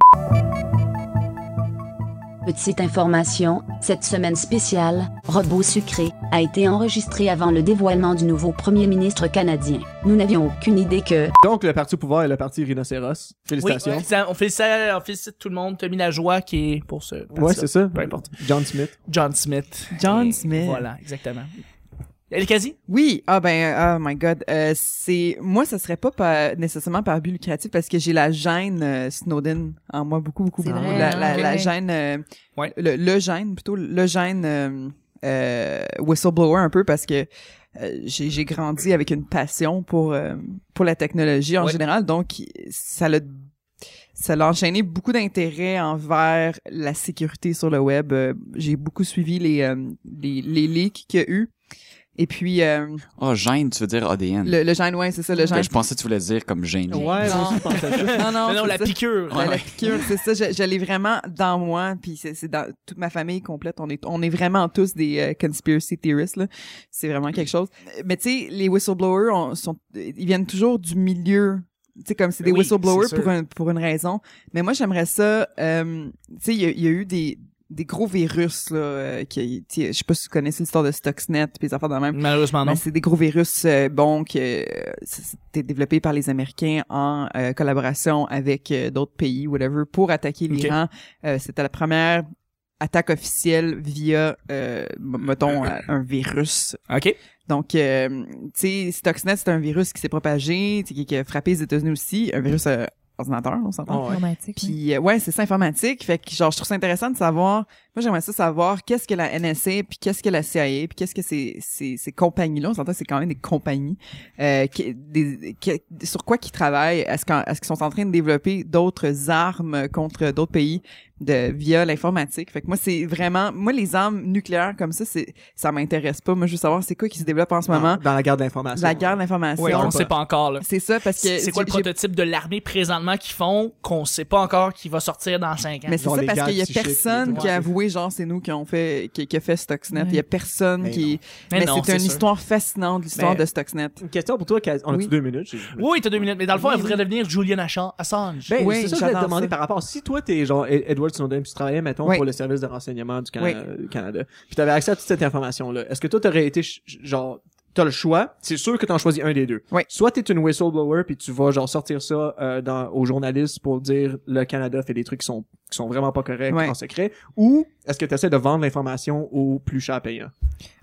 Petite information, cette semaine spéciale, Robot sucré, a été enregistrée avant le dévoilement du nouveau premier ministre canadien. Nous n'avions aucune idée que,
Donc, le parti au pouvoir est le parti rhinocéros.
Oui,
Félicitations.
on félicite, on félicite tout le monde. Tommy Lajoie qui est pour ce.
Ouais, c'est ça.
Peu importe.
John Smith.
John Smith.
John
Et
Smith.
Voilà, exactement. Elle est quasi?
Oui, ah ben, oh my God, euh, c'est moi, ça serait pas par- nécessairement par but lucratif parce que j'ai la gêne euh, Snowden en moi beaucoup beaucoup
C'est
beaucoup.
vrai,
la,
hein?
la, la
Ouais.
gêne, euh,
Ouais.
le, le gêne plutôt, le gêne euh, euh, whistleblower un peu parce que euh, j'ai j'ai grandi avec une passion pour euh, pour la technologie en
Ouais.
général, donc ça l'a ça l'a enchaîné beaucoup d'intérêt envers la sécurité sur le web. Euh, j'ai beaucoup suivi les, euh, les les leaks qu'il y a eu. Et puis euh,
Oh, gêne, tu veux dire ADN.
le, le gène, ouais, c'est ça, le
Ben,
gène.
je pensais que tu voulais dire comme gêne.
Ouais,
Non.
moi aussi, je pensais à ça.
Non, non,
Non, non,
c'est
la
ça.
piqûre.
Ouais, La piqûre, c'est ça. Je, je l'ai vraiment dans moi, puis c'est c'est dans toute ma famille complète. On est, on est vraiment tous des euh, conspiracy theorists là. C'est vraiment quelque chose. Mais tu sais, les whistleblowers, on- sont, ils viennent toujours du milieu. Tu sais, comme c'est des
Oui,
whistleblowers
c'est sûr.
pour un, pour une raison. Mais moi, j'aimerais ça. euh, tu sais, il y, a- il y a eu des des gros virus là. euh, qui, tu sais, je sais pas si vous connaissez l'histoire de Stuxnet, puis les affaires de même.
Malheureusement, Ah non.
Ben, c'est des gros virus euh, bons que euh, c'était développé par les Américains en euh, collaboration avec euh, d'autres pays, whatever, pour attaquer l'Iran. Euh, c'était la première attaque officielle via, euh, m- mettons, euh, un virus.
OK.
Donc, euh, tu sais, Stuxnet, c'est un virus qui s'est propagé, tu sais, qui qui a frappé les États-Unis aussi, un virus euh, ordinateur, on s'entend.
Oh, ouais.
romantique oui.
Puis euh, ouais, c'est ça informatique. Fait que genre je trouve ça intéressant de savoir Moi, j'aimerais ça savoir qu'est-ce que la NSA, puis qu'est-ce que la CIA, puis qu'est-ce que ces, ces, ces compagnies-là, on s'entend que c'est quand même des compagnies, euh, qui- des, qui- sur quoi qu'ils travaillent, est-ce qu'en- est-ce qu'ils sont en train de développer d'autres armes contre d'autres pays de via l'informatique. Fait que moi, c'est vraiment... Moi, les armes nucléaires comme ça, c'est ça m'intéresse pas. Moi, je veux savoir c'est quoi qui se développe en ce moment.
Dans, dans la guerre de l'information.
La guerre de l'information.
Ah, Ouais, on sait pas encore, là.
C'est ça, parce que...
C'est quoi le
j'ai-
prototype de l'armée présentement qu'ils font qu'on sait pas encore qui va sortir dans 5 ans?
Mais c'est
Genre
ça
les
parce qu'il y a
guerres psychiques, les
personne
trucs
qui a
comme ça.
avoué genre c'est nous qui ont fait qui, qui a fait Stuxnet.
Ouais.
Il y a personne
Mais
qui.
Mais
Mais,
non,
c'est
c'est
une
sûr.
histoire fascinante l'histoire
Mais-
de Stuxnet.
Une question pour toi, Kaz- on a-tu
Oui.
deux minutes? J'ai-
Oui, t'as deux minutes. Mais dans le fond,
Oui,
elle voudrait devenir Julian Assange. Assange.
Ben,
Oui,
c'est ça que je voulais te
j'adore
demander
ça.
par rapport. Si toi, t'es genre Ed- Edward Snowden, puis tu travaillais, mettons,
Oui.
pour le service de renseignement du Can-
Oui.
euh, Canada, puis t'avais accès à toute cette information-là, est-ce que toi, t'aurais été, ch- ch- genre, t'as le choix, c'est sûr que t'en choisis un des deux.
Oui.
Soit t'es une whistleblower, puis tu vas, genre, sortir ça euh, dans, aux journalistes pour dire le Canada fait des trucs qui sont, qui sont vraiment pas corrects
Ouais.
en secret, ou est-ce que t'essaies de vendre l'information au plus cher payant?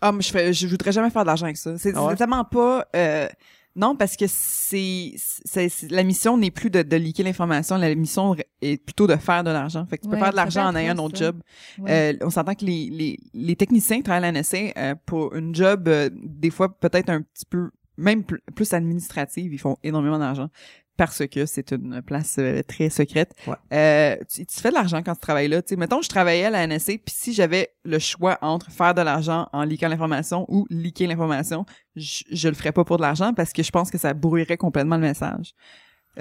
Ah mais je fais je voudrais jamais faire d'argent avec ça. C'est
Ah ouais?
c'est tellement pas. euh, non, parce que c'est, c'est, c'est- la mission n'est plus de, de leaker l'information, la mission est plutôt de faire de l'argent. Fait que tu peux
Ouais,
faire de
ça
l'argent en
fait
ayant un
atroce,
autre
ça.
job.
Ouais.
Euh, on s'entend que les, les, les techniciens qui travaillent à la NSA euh, pour une job, euh, des fois peut-être un petit peu, même pl- plus administrative, ils font énormément d'argent parce que c'est une place euh, très secrète.
Ouais.
Euh, tu, tu fais de l'argent quand tu travailles là. Tu sais, mettons, je travaillais à la NSA, puis si j'avais le choix entre faire de l'argent en leakant l'information ou leaker l'information, je, je le ferais pas pour de l'argent parce que je pense que ça brouillerait complètement le message.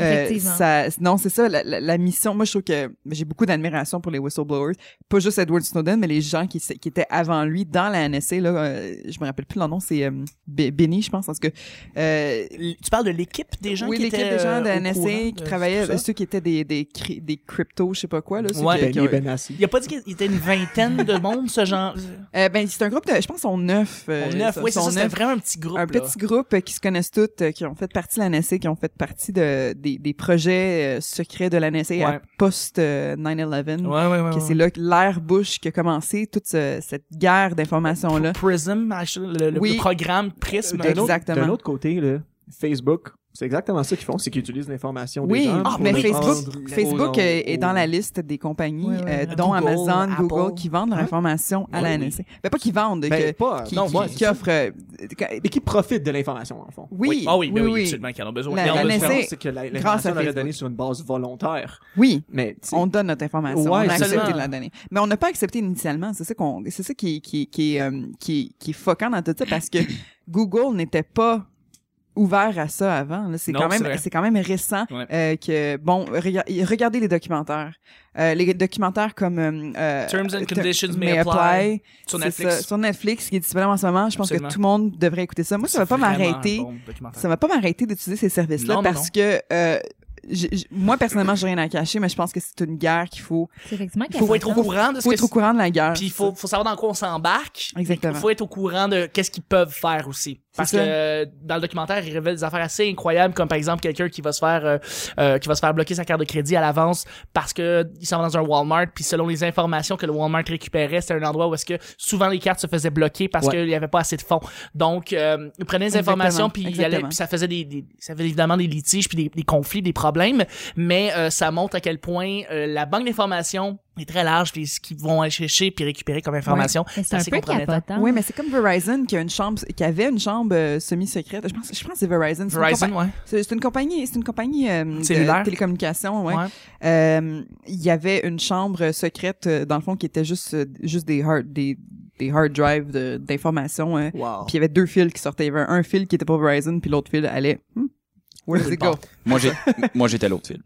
Euh,
Effectivement.
ça, non, c'est ça, la, la- la mission. Moi, je trouve que j'ai beaucoup d'admiration pour les whistleblowers. Pas juste Edward Snowden, mais les gens qui, s- qui étaient avant lui dans la NSA. Là, euh, je me rappelle plus leur nom, c'est euh, Be- Benny, je pense. En tout cas, euh,
Tu parles de l'équipe des gens
oui,
qui étaient...
l'équipe des gens de
euh,
la
au courant
NSA qui
de
travaillaient,
tout ça.
euh, ceux qui étaient des, des, cri- des cryptos, je sais pas quoi. Là, ceux qui-
Ouais. ben,
qui,
Benny Benassi.
Il a pas dit qu'il était une vingtaine de monde, ce genre.
Euh, ben, c'est un groupe de, je pense, on neuf. euh,
On neuf.
ils
Oui, c'est
sont
ça, c'était
neuf.
vraiment un petit groupe.
un
là.
petit groupe euh, qui se connaissent toutes, euh, qui ont fait partie de la NSA, qui ont fait partie de, des, des projets euh, secrets de la NSA
Ouais.
à post euh, 9/11.
Ouais, ouais, ouais.
que
ouais.
c'est là que l'ère Bush qui a commencé toute ce- cette guerre d'informations là.
Prism, actually, le, le-
Oui. Euh,
le programme Prism.
D'un autre-
Exactement.
D'un autre côté, là, Facebook, c'est exactement ça qu'ils font, c'est qu'ils utilisent l'information des
Oui,
gens.
Ah,
pour
mais
le
Facebook,
vendre.
Facebook euh,
Au-
est, est dans
au-
la liste des compagnies,
Ouais, ouais,
euh,
ouais.
dont
Google,
Amazon,
Apple.
Google, qui vendent leur information à la
Oui, oui.
NSA. Ben, pas qui vendent, que-
Ben, pas-
qui,
non,
qui-
ouais,
qui
c'est ça.
offrent. euh, que-
Et qui profitent de l'information, en fond.
oui,
Ah oui,
oui,
ben oui,
oui.
absolument qu'ils en ont besoin.
La-
Ils en ont
La
NSA,
besoin.
différence, c'est que la-
grâce à
l'information leur est
Facebook.
donnée sur une base volontaire.
Oui,
Mais, tu sais,
on donne notre information,
Ouais,
on a
seulement.
accepté de la donner. Mais on n'a pas accepté initialement, c'est ça qu'on c'est ça qui qui qui est, euh, qui qui est foquant dans tout ça parce que Google n'était pas ouvert à ça avant. là. C'est
Non,
quand
c'est vrai.
même c'est quand même récent
Ouais.
euh, que bon rega- regardez les documentaires, Euh, les documentaires comme euh, euh,
Terms and
Ter-
conditions may Sur
c'est
Netflix.
ça, sur Netflix qui est disponible en ce moment. Je pense
Absolument.
que tout le monde devrait écouter ça. Moi, ça va pas m'arrêter ça va pas m'arrêter d'utiliser ces services-là
Non, non,
parce que euh, j'ai- j'ai- moi personnellement j'ai rien à cacher mais je pense que c'est une guerre qu'il faut
C'est effectivement
Il faut être au
qu'elle
courant de ce
faut
que
être au
c'est.
courant de la guerre
Puis il faut, faut savoir dans quoi on s'embarque.
exactement
Il faut être au courant de qu'est-ce qu'ils peuvent faire aussi. Parce que
ça.
euh, dans le documentaire, ils révèlent des affaires assez incroyables, comme par exemple quelqu'un qui va se faire euh, euh, qui va se faire bloquer sa carte de crédit à l'avance parce que il s'en va dans un Walmart. Puis selon les informations que le Walmart récupérait, c'était un endroit où est-ce que souvent les cartes se faisaient bloquer parce
Ouais.
qu'il y avait pas assez de fonds. Donc euh, ils prenaient les
Exactement,
informations puis ils allaient-
exactement.
puis ça faisait des, des- ça faisait évidemment des litiges puis des, des conflits, des problèmes. Mais euh, ça montre à quel point euh, la banque d'informations est très large puis ce qu'ils vont aller chercher puis récupérer comme information.
Mais
C'est
C'est un
assez
peu
compromettant.
capotant.
oui mais c'est comme Verizon qui a une chambre qui avait une chambre euh, semi-secrète je pense je pense que c'est Verizon C'est une
Verizon,
compa-
ouais.
c'est c'est une compagnie c'est une compagnie euh,
Cellulaire.
de télécommunications ouais.
Ouais.
Euh, il y avait une chambre secrète euh, dans le fond qui était juste euh, juste des hard des des hard drives de- d'informations euh,
Wow.
puis il y avait deux fils qui sortaient il y avait un fil qui était pour Verizon puis l'autre fil allait hmm, where does it go
Moi, j'ai- moi, j'étais l'autre fil.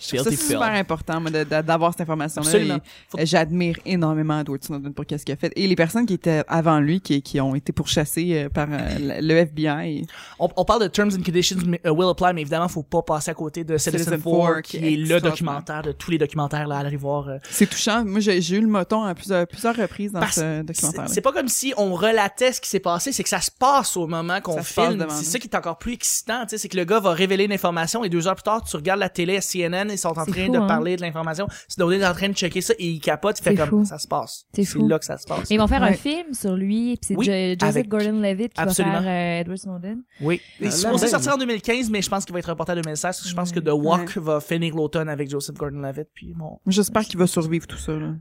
Ça, c'est super important moi, de- de- d'avoir cette information-là.
Absolument.
Et,
Faut-
euh, J'admire énormément Edward Snowden pour qu'est-ce qu'il a fait. Et les personnes qui étaient avant lui, qui, qui ont été pourchassées euh, par euh, la- le FBI.
On, on parle de Terms and Conditions mais, euh, Will Apply, mais évidemment, faut pas passer à côté de Citizen
Citizen
Four,
Four, qui
qui est
est
le
extraordinaire.
documentaire de tous les documentaires, là, à aller voir. euh.
C'est touchant. Moi, j'ai j'ai eu le moton à plusieurs, plusieurs reprises dans
Parce-
ce
C'est
documentaire-là.
c'est pas comme si on relatait ce qui s'est passé, c'est que ça se passe au moment qu'on
Ça se passe
filme.
devant
C'est
nous.
ça qui est encore plus excitant, tu sais, c'est que le gars va révéler une information et deux heures plus tard, tu regardes la télé à CNN semaine, ils sont en
C'est
train
fou,
de
hein.
parler de l'information. Snowden est en train de checker ça et il capote, il fait
C'est
comme
fou.
ça se passe.
C'est
C'est
fou.
là que ça se passe.
Mais ils vont faire un
Ouais.
film sur lui, puis c'est
Oui,
Jo- Joseph
avec-
Gordon-Levitt qui
Absolument.
va faire euh, Edward Snowden.
Oui. Il est
Ah,
supposé
là,
sortir en 2015, mais je pense qu'il va être reporté à 2016. Je pense que The Walk va finir l'automne avec Joseph Gordon-Levitt. Puis bon.
J'espère qu'il va survivre tout ça, là.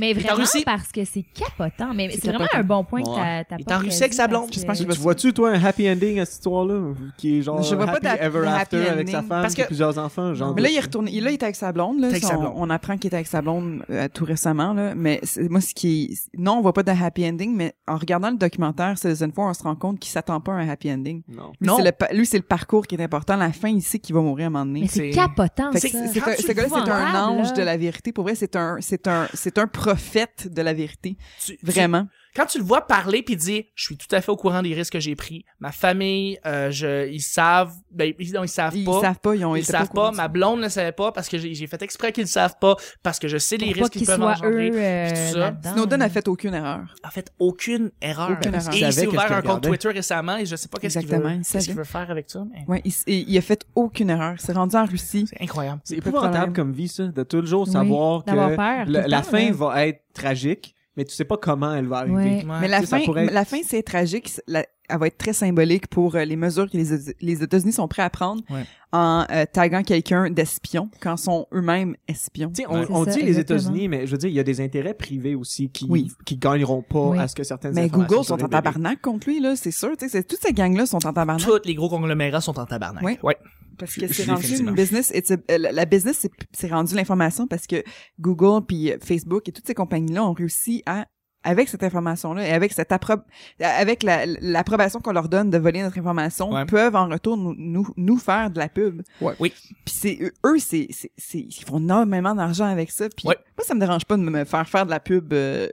Mais
Il est en
vraiment
Russie.
parce que c'est capotant. Mais
C'est
c'est vraiment
capotant.
un bon point que
Ouais.
t'as t'as
Il est
pas
en Russie
prévu
avec sa blonde.
parce
J'espère
que-
qu'il
Tu vois-tu, toi, un happy ending à cette histoire-là? Qui est genre
Je vois pas
happy
d'ha-
ever
de happy
after avec sa
ending.
femme
Parce
qui a
que-
plusieurs enfants. Genre
Mais là,
de-
il est retourné. Là, il est avec sa blonde. Là,
Il est avec
Ça,
sa
on-
blonde.
On, apprend qu'il est avec sa blonde euh, tout récemment. Là. Mais c'est- moi, ce qui est... Non, on voit pas de happy ending, mais en regardant le documentaire Citizen Four, on se rend compte qu'il s'attend pas à un happy ending.
Non.
Lui,
Non.
c'est le, pa- lui, c'est le parcours qui est important. La fin, il sait qu'il va mourir à un moment donné.
Mais c'est
C'est-
capotant,
Fait
ça.
que c'est- c'est
quand
un-
tu
ce gars-là, c'est un
le vois,
ange
là.
de la vérité. Pour vrai, c'est un, c'est un, c'est un prophète de la vérité.
Tu- tu-
Vraiment.
quand tu le vois parler puis dire je suis tout à fait au courant des risques que j'ai pris ma famille euh, je ils savent ben ils- non ils savent
Ils
pas
savent pas, ils ont
ils
étaient
savent
au courant
pas
de
ma
ça.
blonde ne savait pas parce que j'ai j'ai fait exprès qu'ils le savent pas parce que je sais les
Pour pas
risques qu'ils
qu'ils
peuvent
soient
engendrer
eux
puis
euh,
tout ça.
là-dedans.
Snowden a fait aucune erreur.
en fait aucune erreur,
Aucune erreur.
et
Il
il
savait
s'est
qu'est-ce
ouvert
qu'il
un compte
regardait.
Twitter récemment et je sais pas qu'est-ce qu'il
Exactement,
veut
il
qu'est-ce qu'il
savait.
veut faire avec ça mais
Ouais, il, s- il- il a fait aucune erreur. Il s'est rendu en Russie.
c'est incroyable
C'est
Pas de
épouvantable
problème.
comme vie, ça, de toujours
Oui,
savoir que
d'avoir peur, tout
la,
le
la
temps,
fin
là.
va être tragique, mais tu sais pas comment elle va arriver.
Ouais.
Ouais.
Mais la
tu sais, ça
fin,
pourrait être-
la fin, c'est tragique. C'est- la- elle va être très symbolique pour euh, les mesures que les, Éta- les États-Unis sont prêts à prendre
Ouais.
en euh, taguant quelqu'un d'espion quand sont eux-mêmes espions.
Tu sais, on,
Ouais.
on
C'est
dit
ça,
les
exactement.
États-Unis, mais je veux dire, il y a des intérêts privés aussi qui
Oui.
qui gagneront pas
Oui.
à ce que certaines
Mais
informations
Google
sur
sont
les
en
bébés.
tabarnak contre lui là, c'est sûr. Tu sais, c'est- toute cette gang là sont en tabarnak
tous les gros conglomérats sont en tabarnak
Oui.
ouais
parce que
Je-
c'est
je-
rendu
effectivement.
une business. it's a- euh, la la business c'est- c'est rendu l'information parce que Google puis euh, Facebook et toutes ces compagnies là ont réussi à avec cette information-là et avec cette appro- avec la- l'approbation qu'on leur donne de voler notre information,
Ouais.
peuvent en retour nous, nous, nous faire de la pub.
oui
Puis c'est eux, c'est c'est c'est- ils font énormément d'argent avec ça. Puis
Ouais.
moi, ça me dérange pas de me faire faire de la pub euh,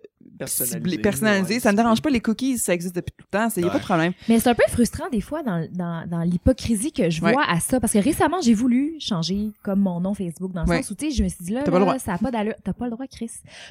ciblée- personnalisée.
ouais.
ça me dérange pas les cookies, ça existe depuis tout le temps, c'est y a pas de problème.
Mais c'est un peu frustrant des fois dans, dans, dans l'hypocrisie que je vois
Ouais.
à ça. Parce que récemment, j'ai voulu changer comme mon nom Facebook dans le
Ouais.
sens où, tu sais, je me suis dit là,
T'as pas le
là,
droit.
ça a pas d'allure. T'as pas le droit, Chris.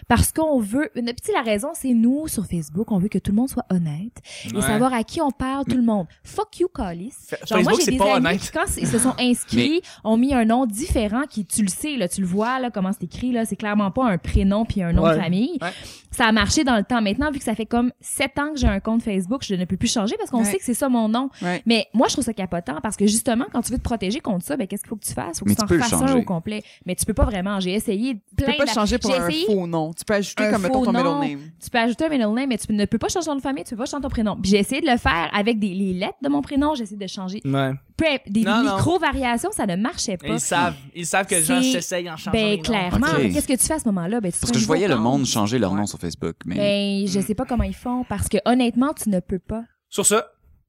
Parce qu'on veut... Une petite la raison, c'est nous, sur Facebook, on veut que tout le monde soit honnête et
Ouais.
savoir à qui on parle, tout le monde. Fuck you, Callis. Genre, moi,
Facebook,
j'ai
c'est
des
pas
amis
honnête.
qui, quand ils se sont inscrits, ont mis un nom différent qui, tu le sais, là, tu le vois, là, comment c'est écrit, là, c'est clairement pas un prénom puis un nom
Ouais.
de famille.
Ouais.
Ça a marché dans le temps. Maintenant, vu que ça fait comme sept ans que j'ai un compte Facebook, je ne peux plus changer parce qu'on
Ouais.
sait que c'est ça mon nom.
Ouais.
Mais moi, je trouve ça capotant parce que justement, quand tu veux te protéger contre ça, ben, qu'est-ce qu'il faut que tu fasses? Faut que
Mais
tu t'en
tu peux le
refasses un
changer.
au complet. Mais tu peux pas vraiment. J'ai essayé
Tu
plein
peux pas
d'app-
changer pour
J'ai
un
essayé
faux nom. Tu peux ajouter
un
comme mettons
faux
ton middle
nom.
name.
tu peux ajouter un middle name, mais tu ne peux pas changer ton nom de famille, tu peux pas changer ton prénom. Puis j'ai essayé de le faire avec des, les lettres de mon prénom, j'ai essayé de changer.
ouais
Peu imp- des
Non, non.
micro-variations, ça ne marchait pas.
ils savent ils savent que les gens
C'est-
s'essayent en changeant les
Ben,
noms.
clairement.
Ok.
Fait, Qu'est-ce que tu fais à ce moment-là? Ben, tu te
Parce
fais
que
un
je voyais le
nouveau compte.
monde changer leur nom sur Facebook, mais
Ben, je sais pas comment ils font, parce que honnêtement, tu ne peux pas.
Sur ce,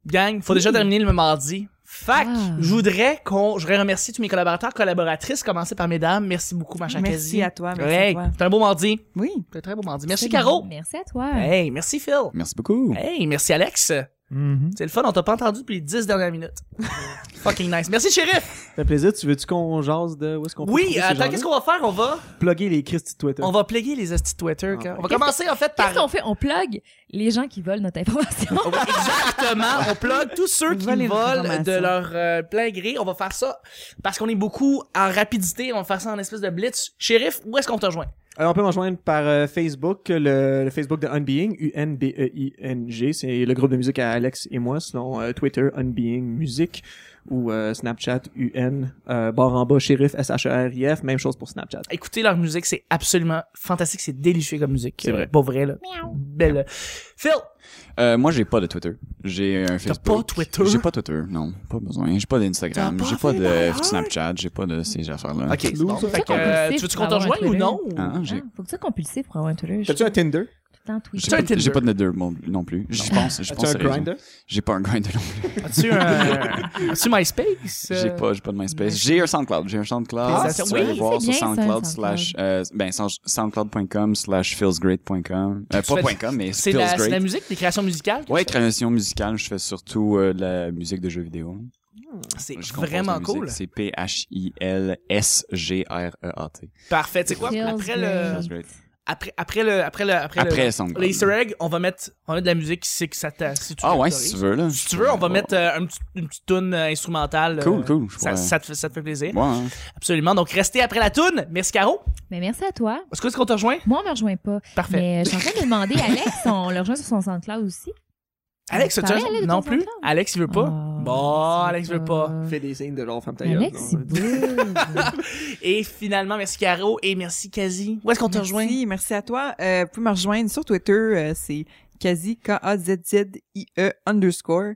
gang, faut déjà terminer le mardi. Fac,
Ah.
je voudrais qu'on, je voudrais remercier tous mes collaborateurs, collaboratrices, commencer par mesdames. Merci beaucoup, ma chère
Merci
Casey.
à toi, merci
Ouais,
à toi.
c'est un beau mardi.
Oui.
C'est un très beau mardi. Merci,
C'est bien.
Caro.
Merci à toi.
Hey, merci, Phil.
merci beaucoup.
Hey, merci, Alex.
Mhm.
C'est le fun, on t'a pas entendu depuis les 10 dernières minutes. Fucking nice. Merci, shérif.
Ça fait plaisir. Tu veux-tu qu'on jase de où est-ce qu'on peut
Oui, euh,
trouver ces
attends,
gens-là?
qu'est-ce qu'on va faire? On va,
Plugger les Christy de Twitter.
on va plugger les hosties de Twitter.
Ah.
quand- On va
Qu'est-ce
commencer, en fait, par...
Qu'est-ce qu'on fait? On plug les gens qui volent notre information.
Exactement. On plug tous ceux qui
Voler notre
volent de
information.
leur euh, plein gré. On va faire ça parce qu'on est beaucoup en rapidité. On va faire ça en espèce de blitz. Shérif, où est-ce qu'on te rejoint?
Alors, on peut me rejoindre par euh, Facebook, le, le Facebook de Unbeing, E U-N-B-E-I-N-G. C'est le groupe de musique à Alex et moi. Sinon, euh, Twitter, Unbeing Music ou euh, Snapchat, UN, euh, barre en bas, shérif, E S-H-E-R-I-F. Même chose pour Snapchat.
Écoutez leur musique, c'est absolument fantastique. C'est délicieux comme musique.
C'est vrai.
Euh, Pas vrai, là. Belle. Phil,
Euh, moi, j'ai pas de Twitter. J'ai un Facebook.
pas Twitter?
J'ai pas Twitter, non. Pas besoin. J'ai pas d'Instagram.
T'as pas
J'ai pas de
Facebook?
Snapchat. J'ai pas de ces affaires-là.
OK, c'est bon.
Loser.
Fait que,
Faut
euh,
qu'on
tu veux-tu
puisse
qu'on te
avoir un
rejoigne ou
Twitter.
non? ou-
Hein,
Ah,
j'ai
faut que tu sois compulsif pour avoir un Twitter. Je
T'as-tu un Tinder?
suis tout le temps tweeté.
j'ai
T'as un
pas, de- j'ai
Tinder?
pas de Tinder non, non plus. Je pense, je
T'as-tu
pense
un
sérieusement.
Grindr?
J'ai pas un grinder non plus.
As-tu un, as-tu MySpace?
J'ai
euh,
pas, j'ai pas de MySpace. J'ai un SoundCloud. J'ai un SoundCloud.
Ah,
si tu
c'est-
veux
oui,
aller
c'est
voir sur
bien, ça, un
SoundCloud slash, euh, ben, sans- soundcloud.com slash feelsgreat.com. Euh,
Tu fais-
pas point .com, mais
C'est la, c'est la
feelsgreat.
musique, des créations musicales. tout
Ouais,
ça.
création musicale. Je fais surtout euh, de la musique de jeux vidéo.
C'est
Je compose la
vraiment
musique.
cool.
C'est P-H-I-L-S-G-R-E-A-T.
Parfait. C'est quoi?
Feels
Après
great.
le,
E Feelsgreat.
après, après le, après le, après,
Après
le,
Soundgarden.
les Easter eggs, on va mettre, on va mettre de la musique qui c'est que ça t'a, si tu
Ah
veux,
ouais,
Cory.
si tu veux, là.
Si tu veux, on va
Ouais.
mettre euh, un petit- une petite tune instrumentale.
Cool,
euh,
cool, je
Ça,
pourrais-
ça te, fait- ça te fait plaisir.
Ouais, hein.
Absolument. Donc, restez après la tune. Merci, Caro.
Mais merci à toi.
Est-ce que est-ce qu'on te rejoint?
Moi, on me rejoint pas.
Parfait.
Mais euh, je suis en train de demander à Alex, on le rejoint sur son SoundCloud aussi.
Alex,
Ça
tu as-
va aller, le
Non
ton
plus.
SoundCloud?
Alex, il veut pas.
Ah,
bon,
c'est
Alex veut pas.
Fais des signes de genre femme ta gueule,
Alex,
non?
c'est beau.
Et finalement, merci, Caro. Et merci, Kazi. Où est-ce qu'on te rejoint?
Merci, merci à toi. Euh, vous pouvez me rejoindre sur Twitter, euh, c'est quasi K-A-Z-Z-I-E E underscore.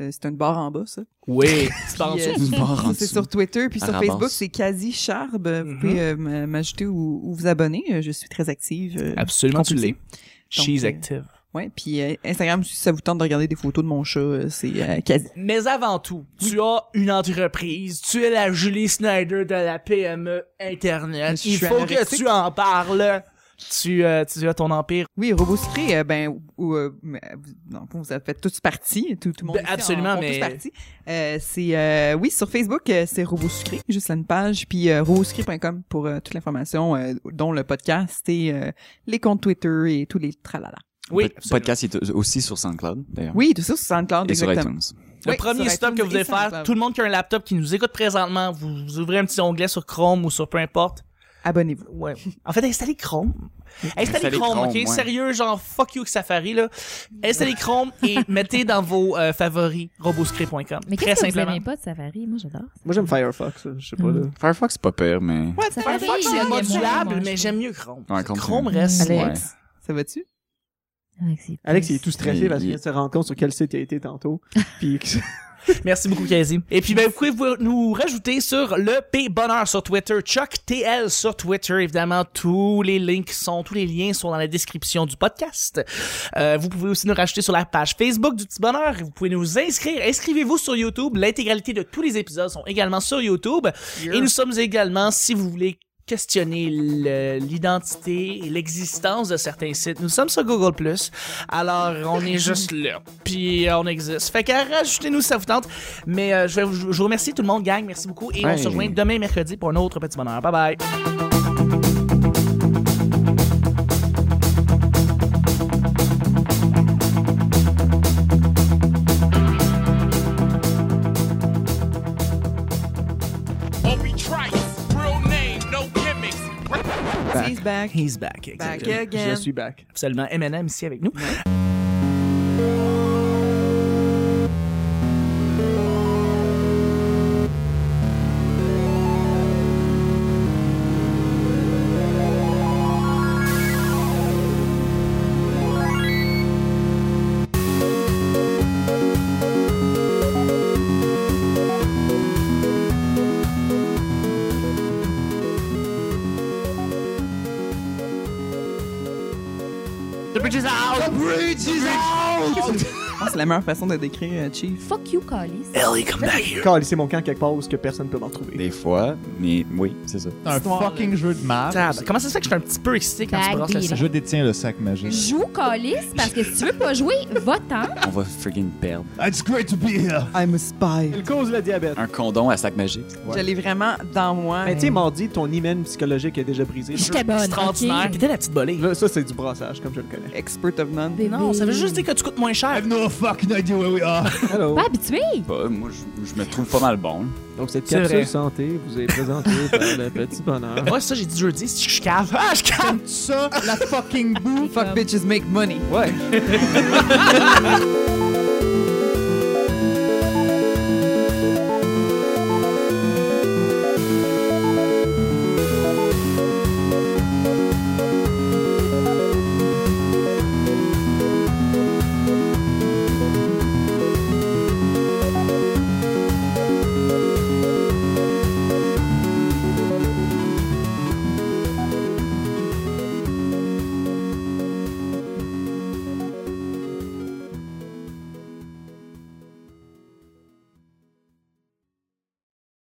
Euh, c'est une barre en bas, ça.
Oui. Tu
Puis,
penses-
euh,
Une barre en
c'est
dessous.
sur Twitter, puis
À
sur
la base.
Facebook, c'est quasi Charb. Vous pouvez euh, m- m'ajouter ou, ou vous abonner. Euh, Je suis très active. euh,
Absolument, tu l'es. euh,
She's
active.
ouais. Puis euh, Instagram, si ça vous tente de regarder des photos de mon chat, euh, c'est euh, quasi.
Mais avant tout, tu as une entreprise. Tu es la Julie Snyder de la PME Internet.
Je
Il
suis
faut que
anorexique.
tu en parles. Tu, euh, tu as ton empire.
Oui, Robot Sucré, euh, ben, ou, euh, mais, euh, vous- non, vous en faites tous partie, tout, tout le monde.
Ben,
ici en
absolument,
font tous
mais-
partie. Euh, c'est, euh, oui, sur Facebook, euh, c'est Robot Sucré, juste là une page, puis euh, robotsucré.com pour euh, toute l'information, euh, dont le podcast et euh, les comptes Twitter et tous les tralala.
Oui,
Le
absolument.
podcast est aussi sur SoundCloud, d'ailleurs.
Oui, tout ça sur SoundCloud,
Et sur
exactement.
iTunes.
Le
Oui,
premier
sur
stop que
iTunes
vous devez
et
faire,
SoundCloud.
tout le monde qui a un laptop qui nous écoute présentement, vous, vous ouvrez un petit onglet sur Chrome ou sur peu importe.
Abonnez-vous.
Ouais. En fait, installez Chrome. Installez
Installez
Chrome,
Chrome,
ok?
ouais.
Sérieux, genre, fuck you que Safari, là. Installez Chrome et mettez dans vos euh, favoris roboscrit.com.
Mais
Très
qu'est-ce que vous
simplement.
aimez pas de Safari? Moi, j'adore.
Moi, j'aime Firefox, je sais pas,
Mm.
là.
Firefox, c'est pas pire, mais.
Ouais, ça
Ça fait-
Firefox, c'est
Moi,
modulable,
moi,
mais
je
j'aime mieux Chrome.
Ouais,
Chrome,
Chrome,
reste.
Ouais.
Alex, ça va-tu?
Alex, c'est
Alex, il
plus-
est tout stressé
Il-
parce qu'il
il-
vient de se rendre compte sur quel site il a été tantôt. Puis que-
Merci beaucoup, Kazi. Et puis, ben, vous pouvez vous- nous rajouter sur le P Bonheur sur Twitter, Chuck TL sur Twitter. Évidemment, tous les links sont, tous les liens sont dans la description du podcast. Euh, vous pouvez aussi nous rajouter sur la page Facebook du Petit Bonheur. Vous pouvez nous inscrire. Inscrivez-vous sur YouTube. L'intégralité de tous les épisodes sont également sur YouTube. Et nous sommes également, si vous voulez questionner le- l'identité et l'existence de certains sites. Nous sommes sur Google+. Alors, on est juste là. Puis, euh, on existe. Fait que rajoutez-nous si ça vous tente. Mais euh, je, vais, vous- je vous remercie tout le monde, gang. Merci beaucoup. Et on
Ouais.
se rejoint demain, mercredi, pour un autre Petit Bonheur. Bye-bye.
He's back.
He's back.
Back
Exactement.
again.
je suis back.
Absolument. M&M ici avec nous. The bridge is out!
Je pense que c'est la meilleure façon de décrire euh, Chief.
Fuck you, Callis.
Ellie, come back here.
Quand laisser mon camp quelque part où est-ce que personne peut m'en retrouver.
Des fois, mais oui, c'est ça.
C'est un fucking jeu de marde.
Tab. Ah, ben, Comment ça se fait que je suis un petit peu excité quand tu
Back
brasses le
beat.
sang?
Je détiens le sac magique.
Joue Callis, parce que si tu veux pas jouer, va-t'en.
On va freaking perdre.
It's great to be here.
I'm a spy.
Il cause le diabète.
Un condom à sac magique.
Je l'ai vraiment dans moi.
Mais tu sais, mardi, ton hymen psychologique est déjà brisé.
J'étais bonne,
Extraordinaire.
ok?
T'étais la petite bolée.
Là, ça, c'est du brassage, comme je le connais.
Expert of none.
Mais
Non, ça veut juste dire que tu coûtes moins
I
cher.
have no fucking idea where we are.
Hello.
Pas habitué.
Bah, moi, je, je me trouve pas mal bon.
Donc, cette
C'est vrai.
capsule santé vous est présentée par le petit bonheur.
Moi, ça, j'ai dit jeudi, si je cave. Ah, je cave!
T'aimes-tu ça, la fucking bouffe?
Fuck bitches make money.
Ouais.